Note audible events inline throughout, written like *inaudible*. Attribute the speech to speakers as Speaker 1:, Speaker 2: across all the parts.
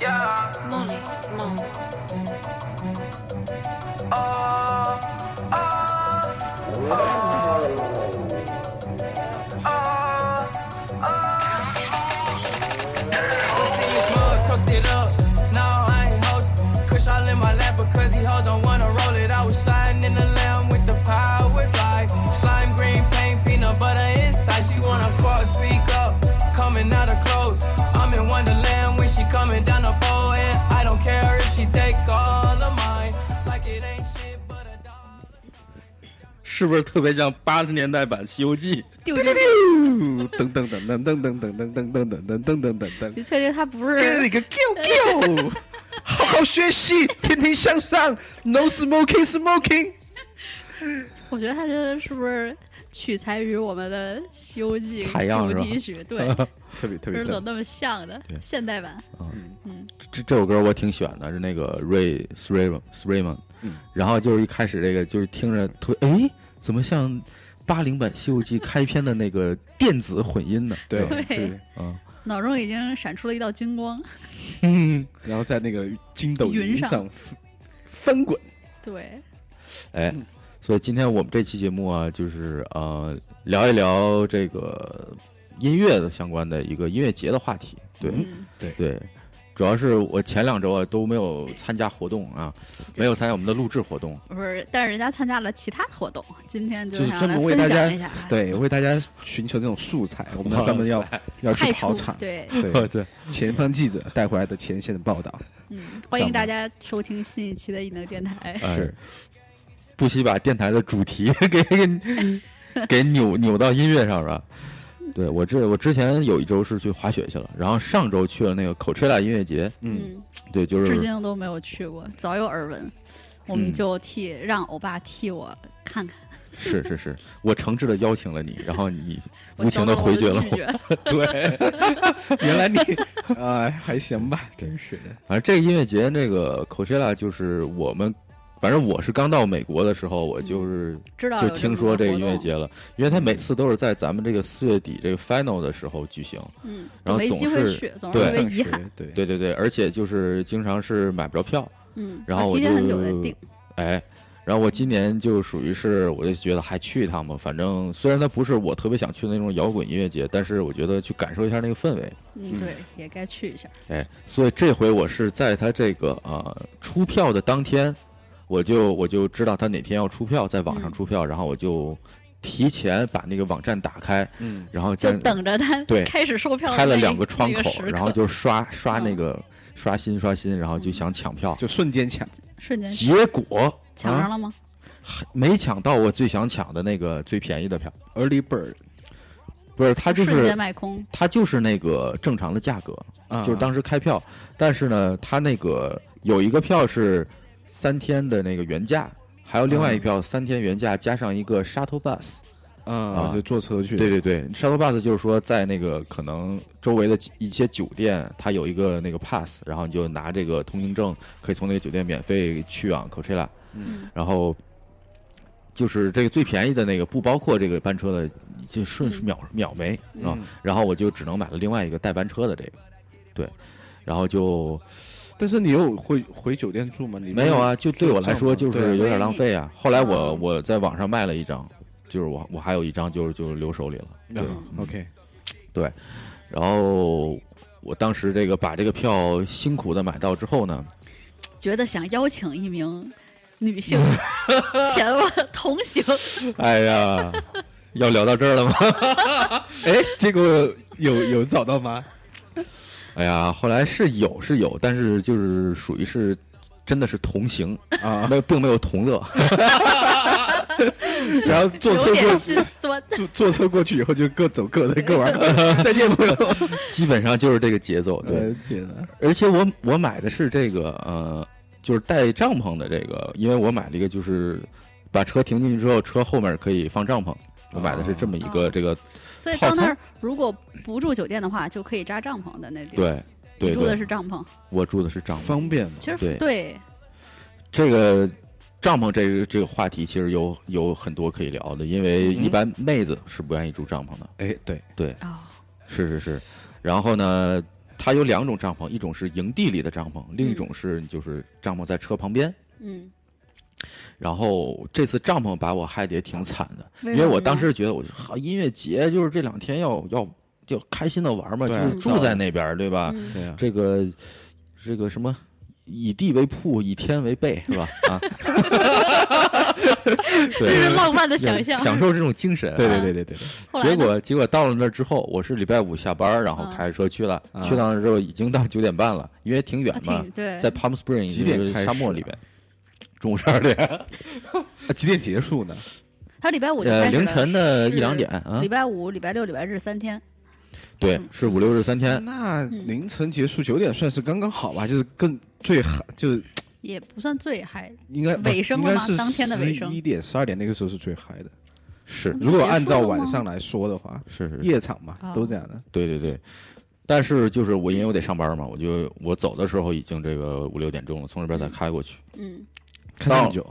Speaker 1: yeah.
Speaker 2: Molly Mo,
Speaker 1: Oh, oh, oh, oh. See you smoke, toasting it up. No, I ain't host. Kush all in my lap because he hold don't wanna roll it. I was sliding in the lamb with the power glide. Slime green paint, peanut butter inside. She wanna fuck, speak up. Coming out of clothes. I'm in Wonderland when she coming down the pole. And I don't care if she take all of mine. Like it ain't shit but a dollar.
Speaker 3: 是不是特别像八十年代版《西游记
Speaker 4: 丢丢丢！》？
Speaker 3: 噔噔噔噔噔噔噔噔噔噔噔噔噔噔噔，
Speaker 4: 你确定他不
Speaker 3: 给
Speaker 4: 是
Speaker 3: 你个 QQ！好好学习，天天向上，No smoking smoking。
Speaker 4: 我觉得他这是不是取材于我们的《西游记
Speaker 5: 采》样是
Speaker 4: 主
Speaker 5: 吧
Speaker 4: 题曲？对，
Speaker 5: *laughs*
Speaker 3: 特别特
Speaker 4: 不
Speaker 3: 别逗
Speaker 4: 是怎么那么像的
Speaker 5: 对
Speaker 4: 现代版？
Speaker 5: 这这首歌我挺喜欢的，是那个 Ray s r a y m o n s r a y m o n
Speaker 3: 嗯
Speaker 5: 然后就是一开始这个就是听着特哎，怎么像八零版《西游记》开篇的那个电子混音呢？
Speaker 3: 对
Speaker 4: 对
Speaker 3: 对，
Speaker 5: 啊，
Speaker 4: 脑中已经闪出了一道金光。
Speaker 3: 嗯，然后在那个筋斗
Speaker 4: 云
Speaker 3: 云
Speaker 4: 上
Speaker 3: 上翻翻滚，
Speaker 4: 对，
Speaker 5: 哎，所以今天我们这期节目啊，就是呃聊一聊这个音乐的相关的一个音乐节的话题。对、
Speaker 4: 嗯，
Speaker 5: 对，主要是我前两周啊都没有参加活动啊，没有参加我们的录制活动。
Speaker 4: 不是，但是人家参加了其他活动，今天
Speaker 3: 就是
Speaker 4: 想
Speaker 3: 专
Speaker 4: 来
Speaker 3: 门为
Speaker 4: 分
Speaker 3: 大家
Speaker 4: 享一下，，
Speaker 3: 对，为大家寻求这种素材，我们专门要要去
Speaker 4: 派
Speaker 3: 跑
Speaker 4: 出
Speaker 3: 场，
Speaker 4: 对，
Speaker 5: *laughs*
Speaker 3: 对，
Speaker 5: 对，
Speaker 3: 前方记者带回来的前线的报道，
Speaker 4: 嗯，欢迎大家收听新一期的异能电台。
Speaker 5: 是哎不惜把电台的主题给给
Speaker 4: *laughs*
Speaker 5: 给扭扭到音乐上了。对我这我之前有一周是去滑雪去了，然后上周去了那个 Coachella 音乐节，
Speaker 3: 嗯，
Speaker 4: 嗯，
Speaker 5: 对，就
Speaker 4: 至
Speaker 5: 是
Speaker 4: 今都没有去过，早有耳闻，我们
Speaker 5: 嗯
Speaker 4: 就替让欧巴替我看看，
Speaker 5: 是是是，我诚挚的邀请了你，然后你
Speaker 4: 我
Speaker 5: 无情的
Speaker 4: 遭到
Speaker 5: 回绝了
Speaker 4: 拒绝
Speaker 5: 我。。 *laughs* 对，
Speaker 3: 原来你啊还行吧， *laughs* 真是的，
Speaker 5: 反正这个音乐节那个 Coachella 就是我们，反正我是刚到美国的时候，我就是
Speaker 4: 知道
Speaker 5: 就
Speaker 4: 嗯啊有
Speaker 5: 听
Speaker 4: 么
Speaker 5: 说
Speaker 4: 个
Speaker 5: 这个
Speaker 4: 活
Speaker 5: 音乐
Speaker 4: 动，嗯
Speaker 5: 节了，因为它每次都是在咱们这个四月底这个 final 的时候举行。
Speaker 4: 嗯，
Speaker 5: 然后
Speaker 4: 没
Speaker 5: 总
Speaker 4: 机会
Speaker 5: 是
Speaker 4: 去，总
Speaker 5: 对
Speaker 4: 是因为哦遗憾，，
Speaker 3: 对
Speaker 5: 对对对，而且就是经常是买不着票，
Speaker 4: 嗯，
Speaker 5: 然后
Speaker 4: 我
Speaker 5: 我
Speaker 4: 提前很久
Speaker 5: 就
Speaker 4: 在定，
Speaker 5: 哎，然后我今年就属于是，我就觉得还去一趟吧。反正虽然它不是我特别想去的那种摇滚音乐节，但是我觉得去感受一下那个氛围。
Speaker 4: 嗯，对，也该去一下，
Speaker 5: 哎，所以这回我是在它这个呃出票的当天，我就我就知道它哪天要出票，在网上
Speaker 4: 嗯
Speaker 5: 出票，然后我就提前把那个网站打开，
Speaker 3: 嗯，
Speaker 5: 然后
Speaker 4: 就
Speaker 5: 在
Speaker 4: 等着他
Speaker 5: *laughs* 对
Speaker 4: *laughs* 开始售票的那，
Speaker 5: 开了两个窗
Speaker 4: 那
Speaker 5: 口，
Speaker 4: 时
Speaker 5: 然后
Speaker 4: 刻
Speaker 5: 就刷刷那
Speaker 4: 嗯
Speaker 5: 个、刷新刷新，然后就想抢票，
Speaker 3: 就瞬间抢，
Speaker 4: 瞬间
Speaker 5: 结果
Speaker 4: 抢上了吗？
Speaker 5: 没抢到我最想抢的那个最便宜的票，
Speaker 3: early bird
Speaker 5: 不是，它就
Speaker 4: 瞬
Speaker 5: 是
Speaker 4: 间卖空，
Speaker 5: 它就是那个正常的价格，
Speaker 3: 啊，
Speaker 5: 就是当时开票，但是呢，它那个有一个票是三天的那个原价，还有另外一票三天原价加上一个 shuttle bus，
Speaker 3: 啊
Speaker 5: 啊
Speaker 3: 就坐车去，
Speaker 5: 对对对，shuttle bus 就是说在那个可能周围的几一些酒店，它有一个那个 pass，然后你就拿这个通行证，可以从那个酒店免费去往 Coachella，
Speaker 3: 嗯
Speaker 5: 然后就是这个最便宜的那个不包括这个班车的，就瞬
Speaker 4: 嗯
Speaker 5: 秒秒没啊，
Speaker 3: 嗯
Speaker 5: 然后我就只能买了另外一个带班车的这个，对，然后就
Speaker 3: 但是你有回回酒店住吗？你
Speaker 5: 没有啊，就对我来说
Speaker 3: 做
Speaker 5: 就
Speaker 3: 不到吗
Speaker 5: 是有
Speaker 4: 对
Speaker 5: 点浪费啊。后来我
Speaker 4: 嗯
Speaker 5: 我在网上卖了一张，就是我我还有一张就是就是留手里了，对
Speaker 3: 对
Speaker 5: 嗯
Speaker 3: 啊，OK，
Speaker 5: 然后我当时这个把这个票辛苦的买到之后呢，
Speaker 4: 觉得想邀请一名女
Speaker 5: *laughs*
Speaker 4: 性前往同行，
Speaker 5: 哎呀，要聊到这儿了吗？ *laughs*
Speaker 3: 哎，结果有有找到
Speaker 4: *laughs*
Speaker 3: 吗？
Speaker 5: 哎呀，后来是有是有，但是就是属于是真的是同行，
Speaker 3: 啊，
Speaker 5: *laughs* 没有并没有同乐。
Speaker 3: 然后坐车
Speaker 4: 有点
Speaker 3: 过
Speaker 4: 心酸。
Speaker 3: 坐坐车过去以后就各走各的，各玩各
Speaker 4: *laughs*
Speaker 3: 的，再见朋友。
Speaker 5: 基本上就是这个节奏。对，
Speaker 3: 呃，天哪，
Speaker 5: 而且我我买的是这个呃，就是带帐篷的这个，因为我买了一个就是把车停进去之后，车后面可以放帐篷。我买的是这么一个
Speaker 4: 哦
Speaker 5: 这个， *laughs*
Speaker 4: 所以
Speaker 5: 套
Speaker 4: 到
Speaker 5: 餐
Speaker 4: 那儿如果不住酒店的话，就可以扎帐篷的那地方。
Speaker 5: 对对
Speaker 4: 你住的
Speaker 5: 对，
Speaker 4: 是帐篷。
Speaker 5: 我住的是帐篷。
Speaker 3: 方便吗？
Speaker 4: 其实
Speaker 5: 对
Speaker 4: 对，
Speaker 5: 这个帐篷这个这个话题其实有有很多可以聊的，因
Speaker 4: 嗯
Speaker 5: 为一般妹子是不愿意住帐篷的，
Speaker 3: 哎，对，
Speaker 5: 对，
Speaker 4: 哦，
Speaker 5: 是是是。然后呢，它有两种帐篷，一种是营地里的帐篷，另一种是就是帐篷在车旁边。
Speaker 4: 嗯，
Speaker 5: 然后这次帐篷把我害得也挺惨的，
Speaker 4: 为
Speaker 5: 因为
Speaker 4: 什
Speaker 5: 我
Speaker 4: 么
Speaker 5: 当
Speaker 4: 呢
Speaker 5: 时觉得我好音乐节就是这两天要要就开心的玩嘛，就
Speaker 3: 对
Speaker 5: 是住在那边儿对吧？
Speaker 4: 嗯
Speaker 3: 对呀、啊
Speaker 5: 这个这个什么，以地为铺，以天为被，是吧？
Speaker 4: *laughs*
Speaker 5: 啊，
Speaker 4: 这是
Speaker 5: *laughs* 对，
Speaker 4: 浪漫的
Speaker 5: 有
Speaker 4: 想象，
Speaker 5: 享受这种精神。啊
Speaker 3: 对对对对对对，
Speaker 4: 后来
Speaker 5: 结
Speaker 4: 呢
Speaker 5: 果结果到了那儿之后，我是礼拜五下班儿，然后
Speaker 4: 嗯
Speaker 5: 开着车去了，
Speaker 3: 啊
Speaker 5: 去到那儿之后已经到九点半了，因为挺远
Speaker 4: 啊
Speaker 5: 嘛
Speaker 4: 挺，对，
Speaker 5: 在 Palm Spring
Speaker 3: 几点
Speaker 5: 就是
Speaker 3: 开
Speaker 5: 沙漠
Speaker 3: 始
Speaker 5: 里
Speaker 3: 啊
Speaker 5: 边，中午十二点，
Speaker 3: 啊几点结束呢？
Speaker 4: 他礼拜五就
Speaker 5: 呃，
Speaker 4: 开始
Speaker 5: 凌
Speaker 4: 了
Speaker 5: 晨的一
Speaker 4: 是
Speaker 5: 两点啊
Speaker 4: 礼，拜五、礼拜六、礼拜日三天，
Speaker 5: 对，
Speaker 4: 嗯
Speaker 5: 是五六日三天，
Speaker 3: 那凌晨结束九点算是刚刚好吧，就是更最嗨，就是
Speaker 4: 也不算最嗨，
Speaker 3: 应该不
Speaker 4: 尾声
Speaker 3: 应
Speaker 4: 了吗
Speaker 3: 该是
Speaker 4: 当天的尾声嗯
Speaker 3: 一点十二点那个时候是最嗨的。
Speaker 5: 是
Speaker 3: 如果
Speaker 4: 结束
Speaker 3: 按照
Speaker 4: 了
Speaker 3: 晚
Speaker 4: 吗
Speaker 3: 上来说的话，
Speaker 5: 是是，
Speaker 3: 夜场嘛
Speaker 4: 哦，
Speaker 3: 都这样的。
Speaker 5: 对对对，但是就是我因为我得上班嘛，我就我走的时候已经这个五六点钟了，从这边才开过去
Speaker 4: 嗯，
Speaker 3: 看那
Speaker 5: 到
Speaker 3: 么久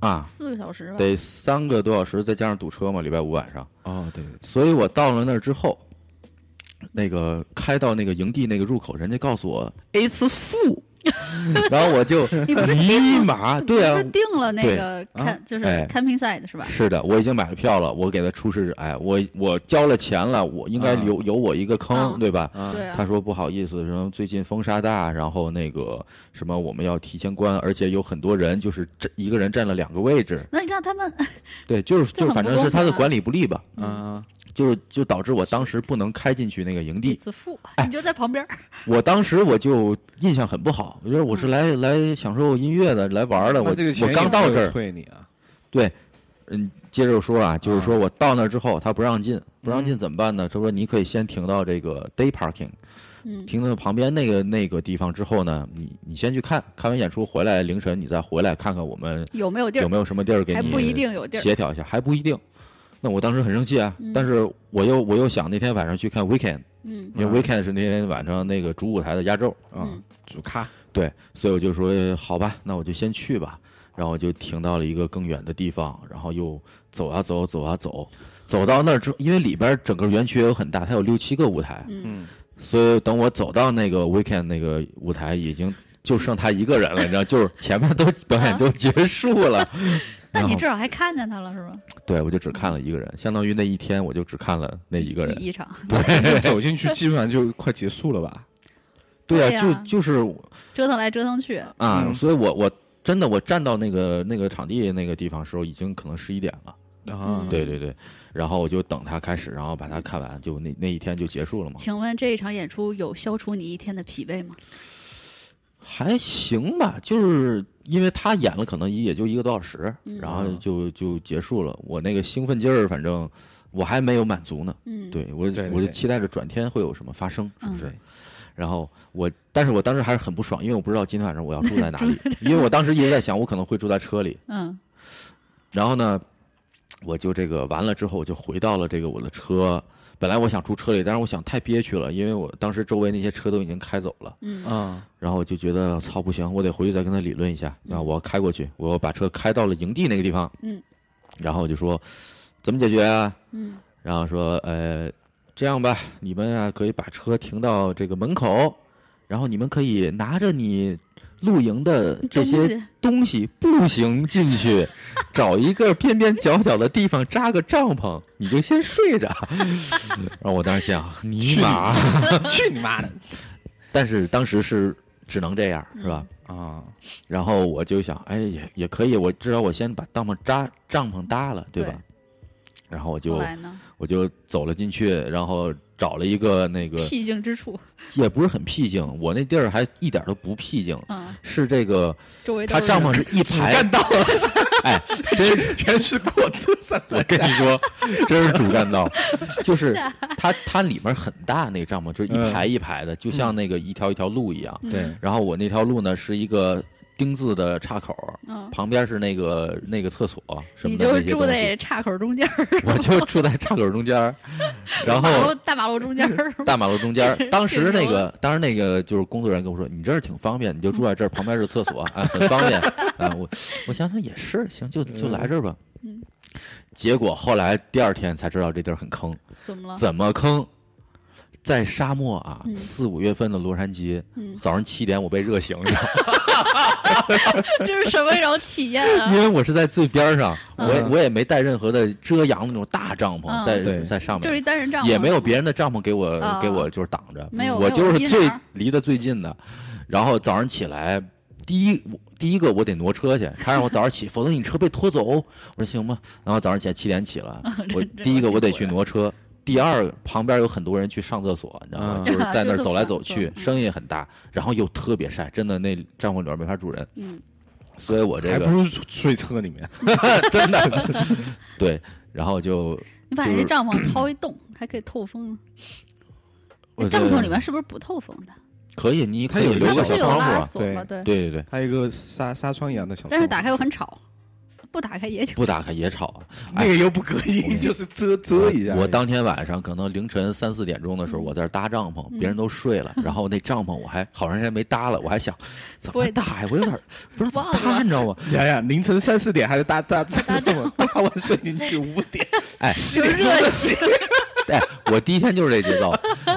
Speaker 5: 啊，
Speaker 4: 四个小时吧，
Speaker 5: 得三个多小时，再加上堵车嘛，礼拜五晚上，
Speaker 3: 哦，对对对，
Speaker 5: 所以我到了那儿之后，那个开到那个营地那个入口，人家告诉我 A 次负， *laughs* 然后我就
Speaker 4: *laughs* 你不是
Speaker 5: 尼玛，对
Speaker 4: 不
Speaker 5: 啊
Speaker 4: 是。定了那
Speaker 5: 对
Speaker 4: 个看就是
Speaker 5: 哎
Speaker 4: camping site 是吧？
Speaker 5: 是的，我已经买了票了，我给他出示，哎，我我交了钱了，我应该
Speaker 4: 嗯
Speaker 3: 啊
Speaker 5: 留、有我一个坑，
Speaker 4: 啊
Speaker 5: 对吧？
Speaker 3: 啊
Speaker 4: 对啊
Speaker 5: 他，说不好意思，什么最近风沙大，然后那个什么我们要提前关，而且有很多人就是这一个人占了两个位置，
Speaker 4: 那你让他们 *laughs*
Speaker 5: 对，就是
Speaker 4: 这
Speaker 5: 就是
Speaker 4: 很
Speaker 5: 反
Speaker 4: 不
Speaker 5: 正是
Speaker 4: 公
Speaker 5: 他的
Speaker 4: 平啊
Speaker 5: 管理不力吧，
Speaker 3: 啊，
Speaker 5: 就是就导致我当时不能开进去那个营
Speaker 4: 一
Speaker 5: 地，
Speaker 4: 次付，
Speaker 5: 哎
Speaker 4: 你就在旁边儿，
Speaker 5: 我当时我就印象很不好，我觉得我是
Speaker 4: 嗯
Speaker 5: 来来享受音乐的，来玩的，
Speaker 3: 那
Speaker 5: 我
Speaker 3: 这个
Speaker 5: 我
Speaker 3: 钱
Speaker 5: 刚
Speaker 3: 也
Speaker 5: 到
Speaker 3: 没
Speaker 5: 这
Speaker 3: 有
Speaker 5: 儿，
Speaker 3: 退你啊，
Speaker 5: 对，嗯，接着说啊，就是说我到那儿之后，他不让进，不让进怎么办呢？他说你可以先停到这个 day parking，
Speaker 4: 嗯
Speaker 5: 停到旁边那个那个地方之后呢，你你先去看看完演出回来，凌晨你再回来看看我们
Speaker 4: *laughs* 有没有地
Speaker 5: 有
Speaker 4: 儿？
Speaker 5: 没有什么地儿给你
Speaker 4: 还不一定有地儿
Speaker 5: 协调一下，还不一定。那我当时很生气啊，但是我又我又想那天晚上去看 Weekend，
Speaker 4: 嗯
Speaker 5: 因为 Weekend 是那天晚上那个主舞台的压轴，
Speaker 3: 啊，主咖
Speaker 5: 对，所以我就说呃好吧，那我就先去吧。然后我就停到了一个更远的地方，然后又走啊走，走啊走，走到那儿之后，因为里边儿整个园区也有很大，它有六七个舞台，
Speaker 3: 嗯，
Speaker 5: 所以等我走到那个 weekend 那个舞台，已经就剩他一个人了，你知道，就是前面都表演都结束了，
Speaker 4: 但
Speaker 5: 然
Speaker 4: 你
Speaker 5: 后
Speaker 4: 至少还看见他了是吧？
Speaker 5: 对我就只看了一个人，相当于那一天我就只看了那一个人，
Speaker 4: 一一场，
Speaker 3: 就走进去基本上就快结束了吧？
Speaker 5: 对
Speaker 4: 对
Speaker 5: 啊，
Speaker 4: 呀
Speaker 5: 就就是
Speaker 4: 折腾来折腾去，
Speaker 5: 啊，
Speaker 3: 嗯
Speaker 5: 所以我我真的我站到那个那个场地那个地方的时候，已经可能十一点了。
Speaker 4: 嗯
Speaker 3: 啊，
Speaker 5: 对对对，然后我就等他开始，然后把他看完，就那那一天就结束了嘛，
Speaker 4: 请问这一场演出有消除你一天的疲惫吗？
Speaker 5: 还行吧，就是因为他演了可能也就一个多小时，然后就就结束了，我那个兴奋劲儿，反正我还没有满足呢，
Speaker 4: 嗯，
Speaker 5: 对我
Speaker 3: 对对
Speaker 5: 我就
Speaker 3: 对
Speaker 5: 期待着转天会有什么发生，是不是？
Speaker 3: 嗯
Speaker 5: 然后我，但是我当时还是很不爽，因为我不知道今天晚上我要 *laughs* 住在哪里，因为我当时一直在想，我可能会住在车里，
Speaker 4: 嗯
Speaker 5: 然后呢，我就这个完了之后，我就回到了这个我的车。本来我想住车里，但是我想太憋屈了，因为我当时周围那些车都已经开走了，
Speaker 4: 嗯
Speaker 3: 啊，
Speaker 5: 然后我就觉得操不行，我得回去再跟他理论一下。然后我要开过去，我要把车开到了营地那个地方。
Speaker 4: 嗯，
Speaker 5: 然后我就说怎么解决啊？
Speaker 4: 嗯
Speaker 5: 然后说呃这样吧，你们啊可以把车停到这个门口，然后你们可以拿着你露营的这
Speaker 4: 东
Speaker 5: 些
Speaker 4: 西
Speaker 5: 东西步行进 *laughs* 去，找一个边边角角的地方扎个帐篷，你就先睡 *laughs* 着。然后我当时想，尼玛！
Speaker 3: 去你妈的
Speaker 5: 但是当时是只能这样，是吧？
Speaker 3: 啊！
Speaker 5: 然后我就想，哎，也也可以，我至少我先把帐篷扎帐篷搭了，对吧？然后我
Speaker 4: 后
Speaker 5: 就
Speaker 4: 来呢？
Speaker 5: 我就走了进去，然后找了一个那个
Speaker 4: 僻静之处，
Speaker 5: 也不是很僻静，我那地儿还一点都不僻静，
Speaker 4: 嗯，
Speaker 5: 是这个
Speaker 4: 周围都
Speaker 5: 它
Speaker 4: 是
Speaker 5: 帐
Speaker 4: 人
Speaker 5: 篷是一 *laughs* 排干道，哎，真是
Speaker 3: 全是过车上
Speaker 5: *laughs* 我跟你说，真是主干道， *laughs* 就是它它里面很大，那个
Speaker 4: 嗯
Speaker 5: 嗯帐篷就是一排一排的，就像那个一条一条路一样。
Speaker 3: 对
Speaker 5: 然后我那条路呢是一个丁字的岔口，
Speaker 4: 嗯，
Speaker 5: 旁边是那个那个厕所什
Speaker 4: 你
Speaker 5: 么的
Speaker 4: 就
Speaker 5: 那些
Speaker 4: 住
Speaker 5: 东
Speaker 4: 在
Speaker 5: 西，
Speaker 4: 岔口中间儿，
Speaker 5: 我就住在岔口中间
Speaker 4: *laughs*
Speaker 5: 儿，然
Speaker 4: 马路
Speaker 5: 后
Speaker 4: 大马路中间儿，
Speaker 5: 大马路中间儿。当
Speaker 4: 挺
Speaker 5: 时那
Speaker 4: 牛
Speaker 5: 个当时那个就是工作人员跟我说，你这儿挺方便，你就住在这儿，旁边是厕所，啊，很方
Speaker 4: *laughs*
Speaker 5: 便啊。我我想想也是，行，就就来这儿吧。
Speaker 4: 嗯
Speaker 5: 结果后来第二天才知道这地儿很坑，
Speaker 4: 怎么了？
Speaker 5: 怎么坑？在沙漠啊，
Speaker 4: 啊嗯
Speaker 5: 四五月份的洛杉矶，
Speaker 4: 嗯
Speaker 5: 早上七点我被热醒
Speaker 4: *laughs*
Speaker 5: 了，
Speaker 4: 这是什么一种体验
Speaker 5: 因
Speaker 4: 啊？
Speaker 5: 为我是在最边儿上，我也
Speaker 3: 嗯
Speaker 5: 我也没带任何的遮阳的那种大帐篷
Speaker 4: 嗯
Speaker 5: 在
Speaker 3: 对
Speaker 5: 在上
Speaker 4: 就是
Speaker 5: 面，
Speaker 4: 一单人帐篷，
Speaker 5: 也没有别人的帐篷给我
Speaker 4: 嗯
Speaker 5: 给我就是挡着，
Speaker 4: 没有
Speaker 5: 我就
Speaker 4: 没
Speaker 5: 是
Speaker 4: 有
Speaker 5: 最
Speaker 4: 阴啊凉
Speaker 5: 离得最近的。然后早上起来，第一我第一个我得挪车去，他让我早上起，否 *laughs* 则你车被拖走。我说行吧，然后早上起来七点起了，
Speaker 4: 哦这
Speaker 5: 我
Speaker 4: 这
Speaker 5: 第一个
Speaker 4: 够
Speaker 5: 我得
Speaker 4: 辛苦
Speaker 5: 去
Speaker 4: 的
Speaker 5: 挪车，第二旁边有很多人去上厕所，你知道吗？
Speaker 3: 嗯
Speaker 5: 就是在那
Speaker 4: *laughs* 就
Speaker 5: 儿
Speaker 4: 是
Speaker 5: 走来
Speaker 4: 走
Speaker 5: 走去，
Speaker 4: 嗯
Speaker 5: 声音也很大，然后又特别晒，真的那帐篷里边没法住人，
Speaker 4: 嗯，
Speaker 5: 所以我这
Speaker 3: 还不
Speaker 5: 个
Speaker 3: 如睡车里面。*laughs*
Speaker 5: 真的对，然后就
Speaker 4: 你把
Speaker 5: 就是
Speaker 4: 这帐篷掏一洞，还可以透风呢。
Speaker 5: 我
Speaker 4: 那帐篷
Speaker 5: 觉
Speaker 4: 里
Speaker 5: 得
Speaker 4: 面是不是不透风的？
Speaker 5: 可以，你
Speaker 3: 它
Speaker 5: 可以
Speaker 3: 有
Speaker 5: 留
Speaker 4: 它
Speaker 5: 个
Speaker 4: 不
Speaker 5: 小
Speaker 4: 是有
Speaker 5: 窗户
Speaker 4: 拉
Speaker 5: 啊，
Speaker 4: 锁吗？对，
Speaker 5: 对对对，
Speaker 3: 还有一个纱纱窗一样的小窗户，
Speaker 4: 但是打开又很吵，不打开也挺
Speaker 5: 不打开也吵。
Speaker 3: 那个又不隔
Speaker 5: 哎
Speaker 3: 音，就是遮遮一下。
Speaker 5: 我当天晚上可能凌晨三四点钟的时候，
Speaker 4: 嗯
Speaker 5: 我在这儿搭帐篷，
Speaker 4: 嗯
Speaker 5: 别人都睡
Speaker 4: *laughs*
Speaker 5: 了，然后那帐篷我还好长时间没搭了，我还想怎
Speaker 4: 不
Speaker 5: 么
Speaker 4: 会
Speaker 5: 搭呀？我有
Speaker 4: *laughs*
Speaker 5: 点不知道怎么
Speaker 4: 忘
Speaker 5: 搭，
Speaker 4: 了
Speaker 5: 你知道吗？
Speaker 3: 呀哎呀，凌晨三四点还是搭搭 *laughs* 搭帐篷，搭完睡进去五点，
Speaker 4: *laughs*
Speaker 5: 哎
Speaker 3: 七点钟的起。
Speaker 5: 哎，我第一天就是这节奏。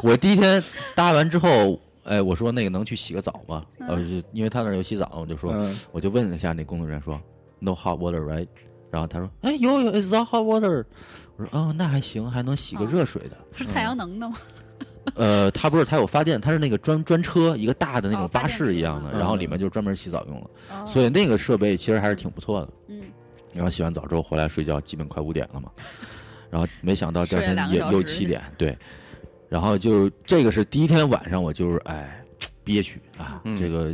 Speaker 5: 我第一天搭完之后，哎，我说那个能去洗个澡吗？呃，
Speaker 4: 嗯
Speaker 5: 就因为他那儿有洗澡，我就说，
Speaker 3: 嗯
Speaker 5: 我就问了一下那工作人员说，No hot water, right？然后他说，哎，有有，is that hot water？我说，哦，那还行，还能洗个
Speaker 4: 哦
Speaker 5: 热水的。
Speaker 4: 是太阳能的吗？
Speaker 5: 呃，他不是，他有发电，他是那个专专车，一个大的那
Speaker 4: 哦
Speaker 5: 种
Speaker 4: 发
Speaker 5: 巴
Speaker 4: 电
Speaker 5: 士一
Speaker 4: 机
Speaker 5: 样的，
Speaker 4: 嗯
Speaker 5: 然后里面就专门洗澡用了，
Speaker 4: 哦
Speaker 5: 所以那个设备其实还是挺不错的。
Speaker 4: 嗯，
Speaker 5: 然后洗完澡之后回来睡觉，基本快五点了嘛。然后没想到第二
Speaker 4: 睡了两
Speaker 5: 天
Speaker 4: 个小
Speaker 5: 也又
Speaker 4: 时
Speaker 5: 七点，对。然后就这个是第一天晚上，我就是哎憋屈啊，
Speaker 3: 嗯
Speaker 5: 这个，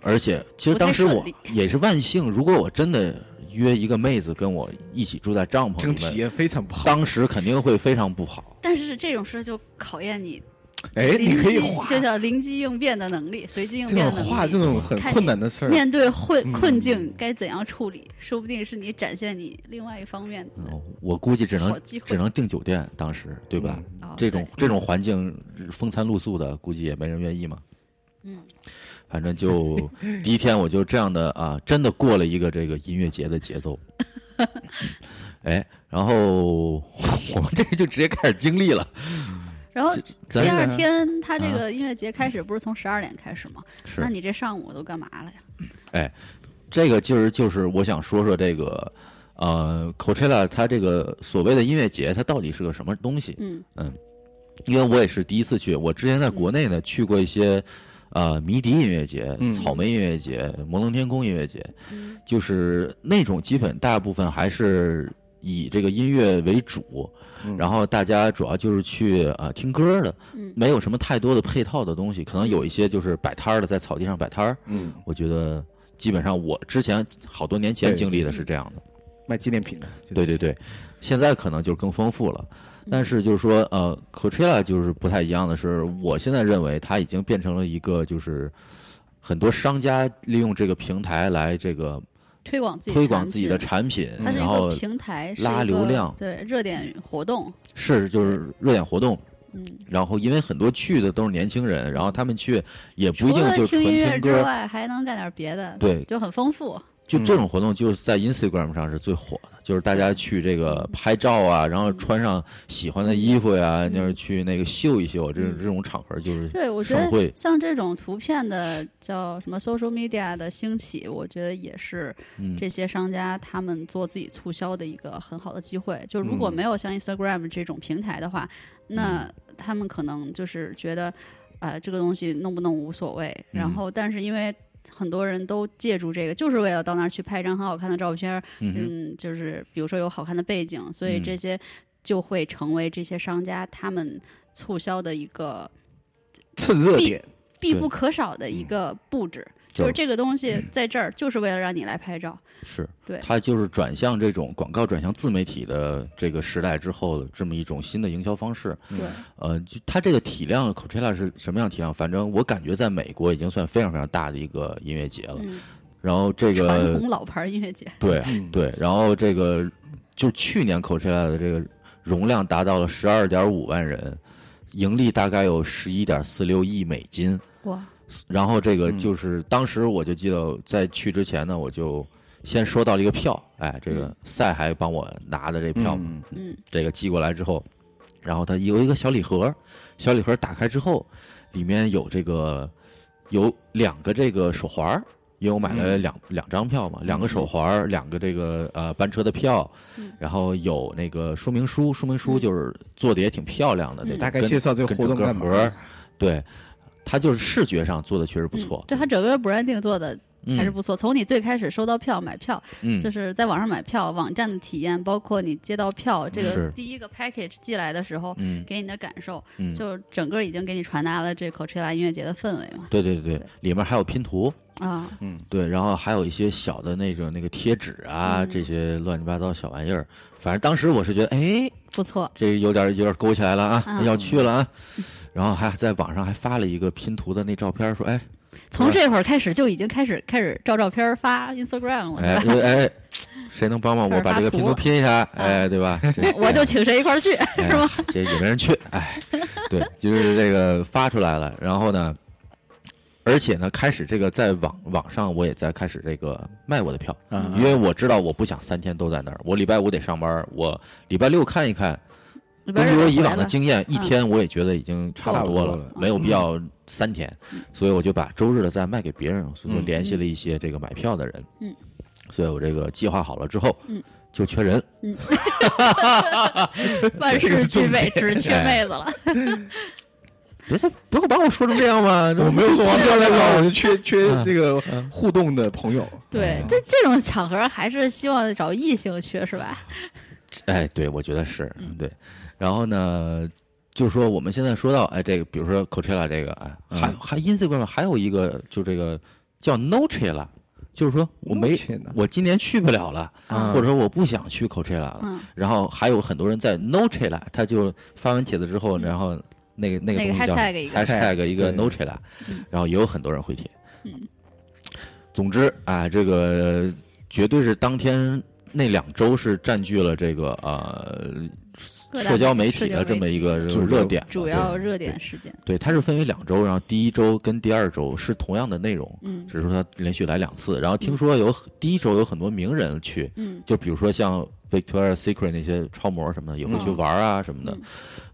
Speaker 5: 而且其实
Speaker 4: 不太
Speaker 5: 当时
Speaker 4: 顺
Speaker 5: 我
Speaker 4: 利
Speaker 5: 也是万幸，如果我真的约一个妹子跟我一起住在帐篷
Speaker 3: 这
Speaker 5: 里
Speaker 3: 个体
Speaker 5: 面，
Speaker 3: 验非常不好。
Speaker 5: 当时肯定会非常不好。
Speaker 4: 但是这种事就考验你
Speaker 3: 哎，你
Speaker 4: 临
Speaker 3: 可以
Speaker 4: 机
Speaker 3: 画，
Speaker 4: 就叫临机应变的能力，随机应
Speaker 3: 这
Speaker 4: 变
Speaker 3: 种
Speaker 4: 的能力。
Speaker 3: 画这种很困难的事儿，
Speaker 4: 面对困
Speaker 5: 嗯
Speaker 4: 困境该怎样处理，说不定是你展现你另外一方面的
Speaker 5: 嗯，我估计只
Speaker 4: 好
Speaker 5: 能
Speaker 4: 机会
Speaker 5: 只能订酒店，当时对吧？
Speaker 4: 哦
Speaker 5: 这种
Speaker 4: 对
Speaker 5: 这种环境风餐露宿的，估计也没人愿意嘛。
Speaker 4: 嗯，
Speaker 5: 反正就第一天我就这样的啊，真的过了一个这个音乐节的节奏。哎，然后我们这就直接开始经历了。
Speaker 4: 然后
Speaker 5: 咱
Speaker 4: 第二
Speaker 5: 是
Speaker 4: 天，他这
Speaker 5: 啊
Speaker 4: 个音乐节开始不是从十二点开始吗？
Speaker 5: 是
Speaker 4: 那你这上午都干嘛了呀？
Speaker 5: 这个其实就是我想说说这个，呃，Coachella 它这个所谓的音乐节，它到底是个什么东西？
Speaker 4: 嗯
Speaker 5: 因为我也是第一次去，我之前在国内呢去过一些，呃，迷笛音乐节、
Speaker 3: 嗯
Speaker 5: 草莓音乐节、摩登天空音乐节，
Speaker 4: 嗯
Speaker 5: 就是那种基本大部分还是以这个音乐为主，
Speaker 3: 嗯
Speaker 5: 然后大家主要就是去啊、呃听歌的，
Speaker 4: 嗯
Speaker 5: 没有什么太多的配套的东西，可能有一些就是摆摊儿的在草地上摆摊儿，
Speaker 3: 嗯，
Speaker 5: 我觉得基本上我之前好多年前
Speaker 3: 对
Speaker 5: 经历的是这样的。
Speaker 3: 卖纪念品的，就
Speaker 5: 对对对，现在可能就更丰富了。但是就是说，呃，Coachella 就是不太一样的是，我现在认为它已经变成了一个就是很多商家利用这个平台来这个
Speaker 4: 推广自己
Speaker 5: 推广自己的
Speaker 4: 产
Speaker 5: 产品，
Speaker 4: 品，它是
Speaker 5: 然
Speaker 4: 一个
Speaker 5: 后
Speaker 4: 平台，是
Speaker 5: 拉
Speaker 4: 一个
Speaker 5: 流量
Speaker 4: 对热点活动，
Speaker 5: 是就是热点活动。
Speaker 4: 嗯，
Speaker 5: 然后因为很多去的都是年轻人，然后他们去也不
Speaker 4: 除
Speaker 5: 一定
Speaker 4: 了
Speaker 5: 就是
Speaker 4: 听
Speaker 5: 纯
Speaker 4: 音乐
Speaker 5: 听
Speaker 4: 之
Speaker 5: 歌，
Speaker 4: 外，还能干点别的，
Speaker 5: 对，
Speaker 4: 就很丰富。
Speaker 5: 就这种活动就是在 Instagram 上是最火的，就是大家去这个拍照啊，然后穿上喜欢的衣服呀、就是去那个秀一秀，这种这种场合就是
Speaker 4: 对，我觉
Speaker 5: 省会
Speaker 4: 得像这种图片的叫什么 social media 的兴起，我觉得也是
Speaker 5: 嗯
Speaker 4: 这些商家他们做自己促销的一个很好的机会。就如果
Speaker 5: 嗯
Speaker 4: 没有像 Instagram 这种平台的话，那他们可能就是觉得，啊，这个东西弄不弄无所谓。然
Speaker 5: 嗯
Speaker 4: 后，但是因为很多人都借助这个，就是为了到那儿去拍一张很好看的照片，
Speaker 5: 嗯哼
Speaker 4: 嗯，就是比如说有好看的背景，所以
Speaker 5: 嗯
Speaker 4: 这些就会成为这些商家他们促销的一个
Speaker 3: 趁热点，
Speaker 4: 必
Speaker 5: 对嗯
Speaker 4: 不可少的一个布置。就
Speaker 5: 就是
Speaker 4: 这个东西在这儿，就是为了让你来拍照。
Speaker 5: 是，
Speaker 4: 对
Speaker 5: 它就是转向这种广告转向自媒体的这个时代之后的这么一种新的营销方式。
Speaker 4: 对，
Speaker 5: 呃，就它这个体量，Coachella 是什么样体量？反正我感觉在美国已经算非常非常大的一个音乐节了。
Speaker 4: 嗯，
Speaker 5: 然后这
Speaker 4: 传
Speaker 5: 个
Speaker 4: 统老牌音乐节，
Speaker 5: 对
Speaker 3: 嗯
Speaker 5: 对，然后这个就去年 Coachella 的这个容量达到了十二点五万人，盈利大概有十一点四六亿美金。
Speaker 4: 哇，
Speaker 5: 然后这个
Speaker 3: 嗯
Speaker 5: 就是、当时我就记得在去之前呢，我就先收到了一个票，哎，这个赛还帮我拿的这票嘛，
Speaker 3: 嗯
Speaker 4: 嗯，
Speaker 5: 这个寄过来之后，然后它有一个小礼盒，小礼盒打开之后，里面有这个有两个这个手环儿，因为我买
Speaker 4: 嗯
Speaker 5: 了两、两张票嘛，两个手环儿，两个这个呃班车的票，
Speaker 4: 嗯
Speaker 5: 然后有那个说明书，说明书就是做的也挺漂亮的，这
Speaker 4: 嗯
Speaker 5: 种
Speaker 3: 大概
Speaker 5: 跟
Speaker 3: 介绍这个
Speaker 5: 跟
Speaker 3: 活
Speaker 5: 整
Speaker 3: 动
Speaker 5: 个
Speaker 3: 干嘛
Speaker 5: 盒儿？对，它就是视觉上做的确实不错
Speaker 4: 嗯，对他整个 branding 做的
Speaker 5: 嗯
Speaker 4: 还是不错。从你最开始收到票、买票，
Speaker 5: 嗯
Speaker 4: 就是在网上买票、网站的体验，包括你接到票这个
Speaker 5: 是
Speaker 4: 第一个 package 寄来的时候，
Speaker 5: 嗯
Speaker 4: 给你的感受，
Speaker 5: 嗯，
Speaker 4: 就整个已经给你传达了这 Coachella 音乐节的氛围嘛。
Speaker 5: 对对对
Speaker 4: 对
Speaker 5: 对，里面还有拼图，
Speaker 4: 啊，
Speaker 5: 对，然后还有一些小的那种那个贴纸啊，
Speaker 4: 嗯
Speaker 5: 这些乱七八糟小玩意儿。反正当时我是觉得，哎，
Speaker 4: 不错，
Speaker 5: 这有点有点勾起来了啊，
Speaker 4: 嗯
Speaker 5: 要去了啊。然后还在网上还发了一个拼图的那照
Speaker 4: *laughs*
Speaker 5: 片，说，哎
Speaker 4: 从这会儿开始就已经开始开始照照片儿发 Instagram 了，
Speaker 5: 哎
Speaker 4: 是吧？ *laughs*
Speaker 5: 哎，谁能帮帮
Speaker 4: 开
Speaker 5: 我
Speaker 4: 始
Speaker 5: 把
Speaker 4: 发
Speaker 5: 这个拼
Speaker 4: 图
Speaker 5: 图
Speaker 4: 了嗯
Speaker 5: 拼一下？哎，
Speaker 4: *laughs*
Speaker 5: 对吧？这
Speaker 4: 我就请谁一块儿去，
Speaker 5: 哎
Speaker 4: 是吗？
Speaker 5: 这也没人去，哎，对，就是这个发出来了，然后呢，而且呢，开始这个在网网上我也在开始这个卖我的票，
Speaker 3: 嗯
Speaker 5: 因为我知道我不想三天都在那儿，我礼拜五得上班，我礼拜六看一看，
Speaker 4: 里边
Speaker 5: 根
Speaker 4: 儿
Speaker 5: 据我
Speaker 4: 有
Speaker 5: 以
Speaker 4: 回
Speaker 5: 往的
Speaker 4: 了嗯
Speaker 5: 经验，一天我也觉得已经差不多
Speaker 3: 差
Speaker 5: 了，
Speaker 3: 不多了
Speaker 5: 没有必要三天，
Speaker 4: 嗯
Speaker 5: 所以我就把周日的再卖给别人，所以就
Speaker 3: 嗯
Speaker 5: 联系了一些这个买票的人，
Speaker 4: 嗯，
Speaker 5: 所以我这个计划好了之后，
Speaker 4: 嗯，
Speaker 5: 就缺人，
Speaker 4: 万
Speaker 3: 这个
Speaker 4: 事
Speaker 3: 是
Speaker 4: 俱
Speaker 3: 重
Speaker 4: 备，只缺
Speaker 5: 哎
Speaker 4: 妹子了。
Speaker 5: 别再不要把我说成这样嘛，
Speaker 3: 我没有说漂亮话， *laughs* 我就缺
Speaker 5: 嗯
Speaker 3: 缺这个互动的朋友。
Speaker 4: 对，这这种场合还是希望找异性去，是吧？
Speaker 5: 哎，对，我觉得是
Speaker 4: 嗯
Speaker 5: 对。然后呢，就说我们现在说到，哎，这个比如说 Coachella 这个，哎，还、还 Instagram 还有一个，就这个叫 Nochella，就是说我没
Speaker 3: Nochella
Speaker 5: 我今年去不了了，
Speaker 3: 啊
Speaker 5: 或者说我不想去 Coachella 了。
Speaker 4: 嗯
Speaker 5: 然后还有很多人在 Nochella，他就发完帖子之后，然后那个那个
Speaker 4: 嗯那个
Speaker 5: 东西叫
Speaker 4: hashtag 一个
Speaker 5: hashtag 一个
Speaker 3: 对
Speaker 5: Nochella，然后也有很多人回帖。
Speaker 4: 嗯，
Speaker 5: 总之啊，这个绝对是当天那两周是占据了这个呃
Speaker 4: 各大
Speaker 5: 社交媒
Speaker 4: 社
Speaker 5: 体
Speaker 4: 交
Speaker 5: 的这
Speaker 4: 媒
Speaker 5: 么
Speaker 4: 体
Speaker 5: 一个
Speaker 3: 主
Speaker 5: 热
Speaker 3: 流
Speaker 5: 点了，
Speaker 4: 主要热点事件。
Speaker 5: 对，它是分为两周，然后第一周跟第二周是同样的内容，
Speaker 4: 嗯
Speaker 5: 只是说它连续来两次。然后听说有很第一周有很多名人去，
Speaker 4: 嗯
Speaker 5: 就比如说像 Victoria Secret 那些超模什么的，也会去
Speaker 4: 嗯
Speaker 5: 玩啊什么的
Speaker 4: 嗯。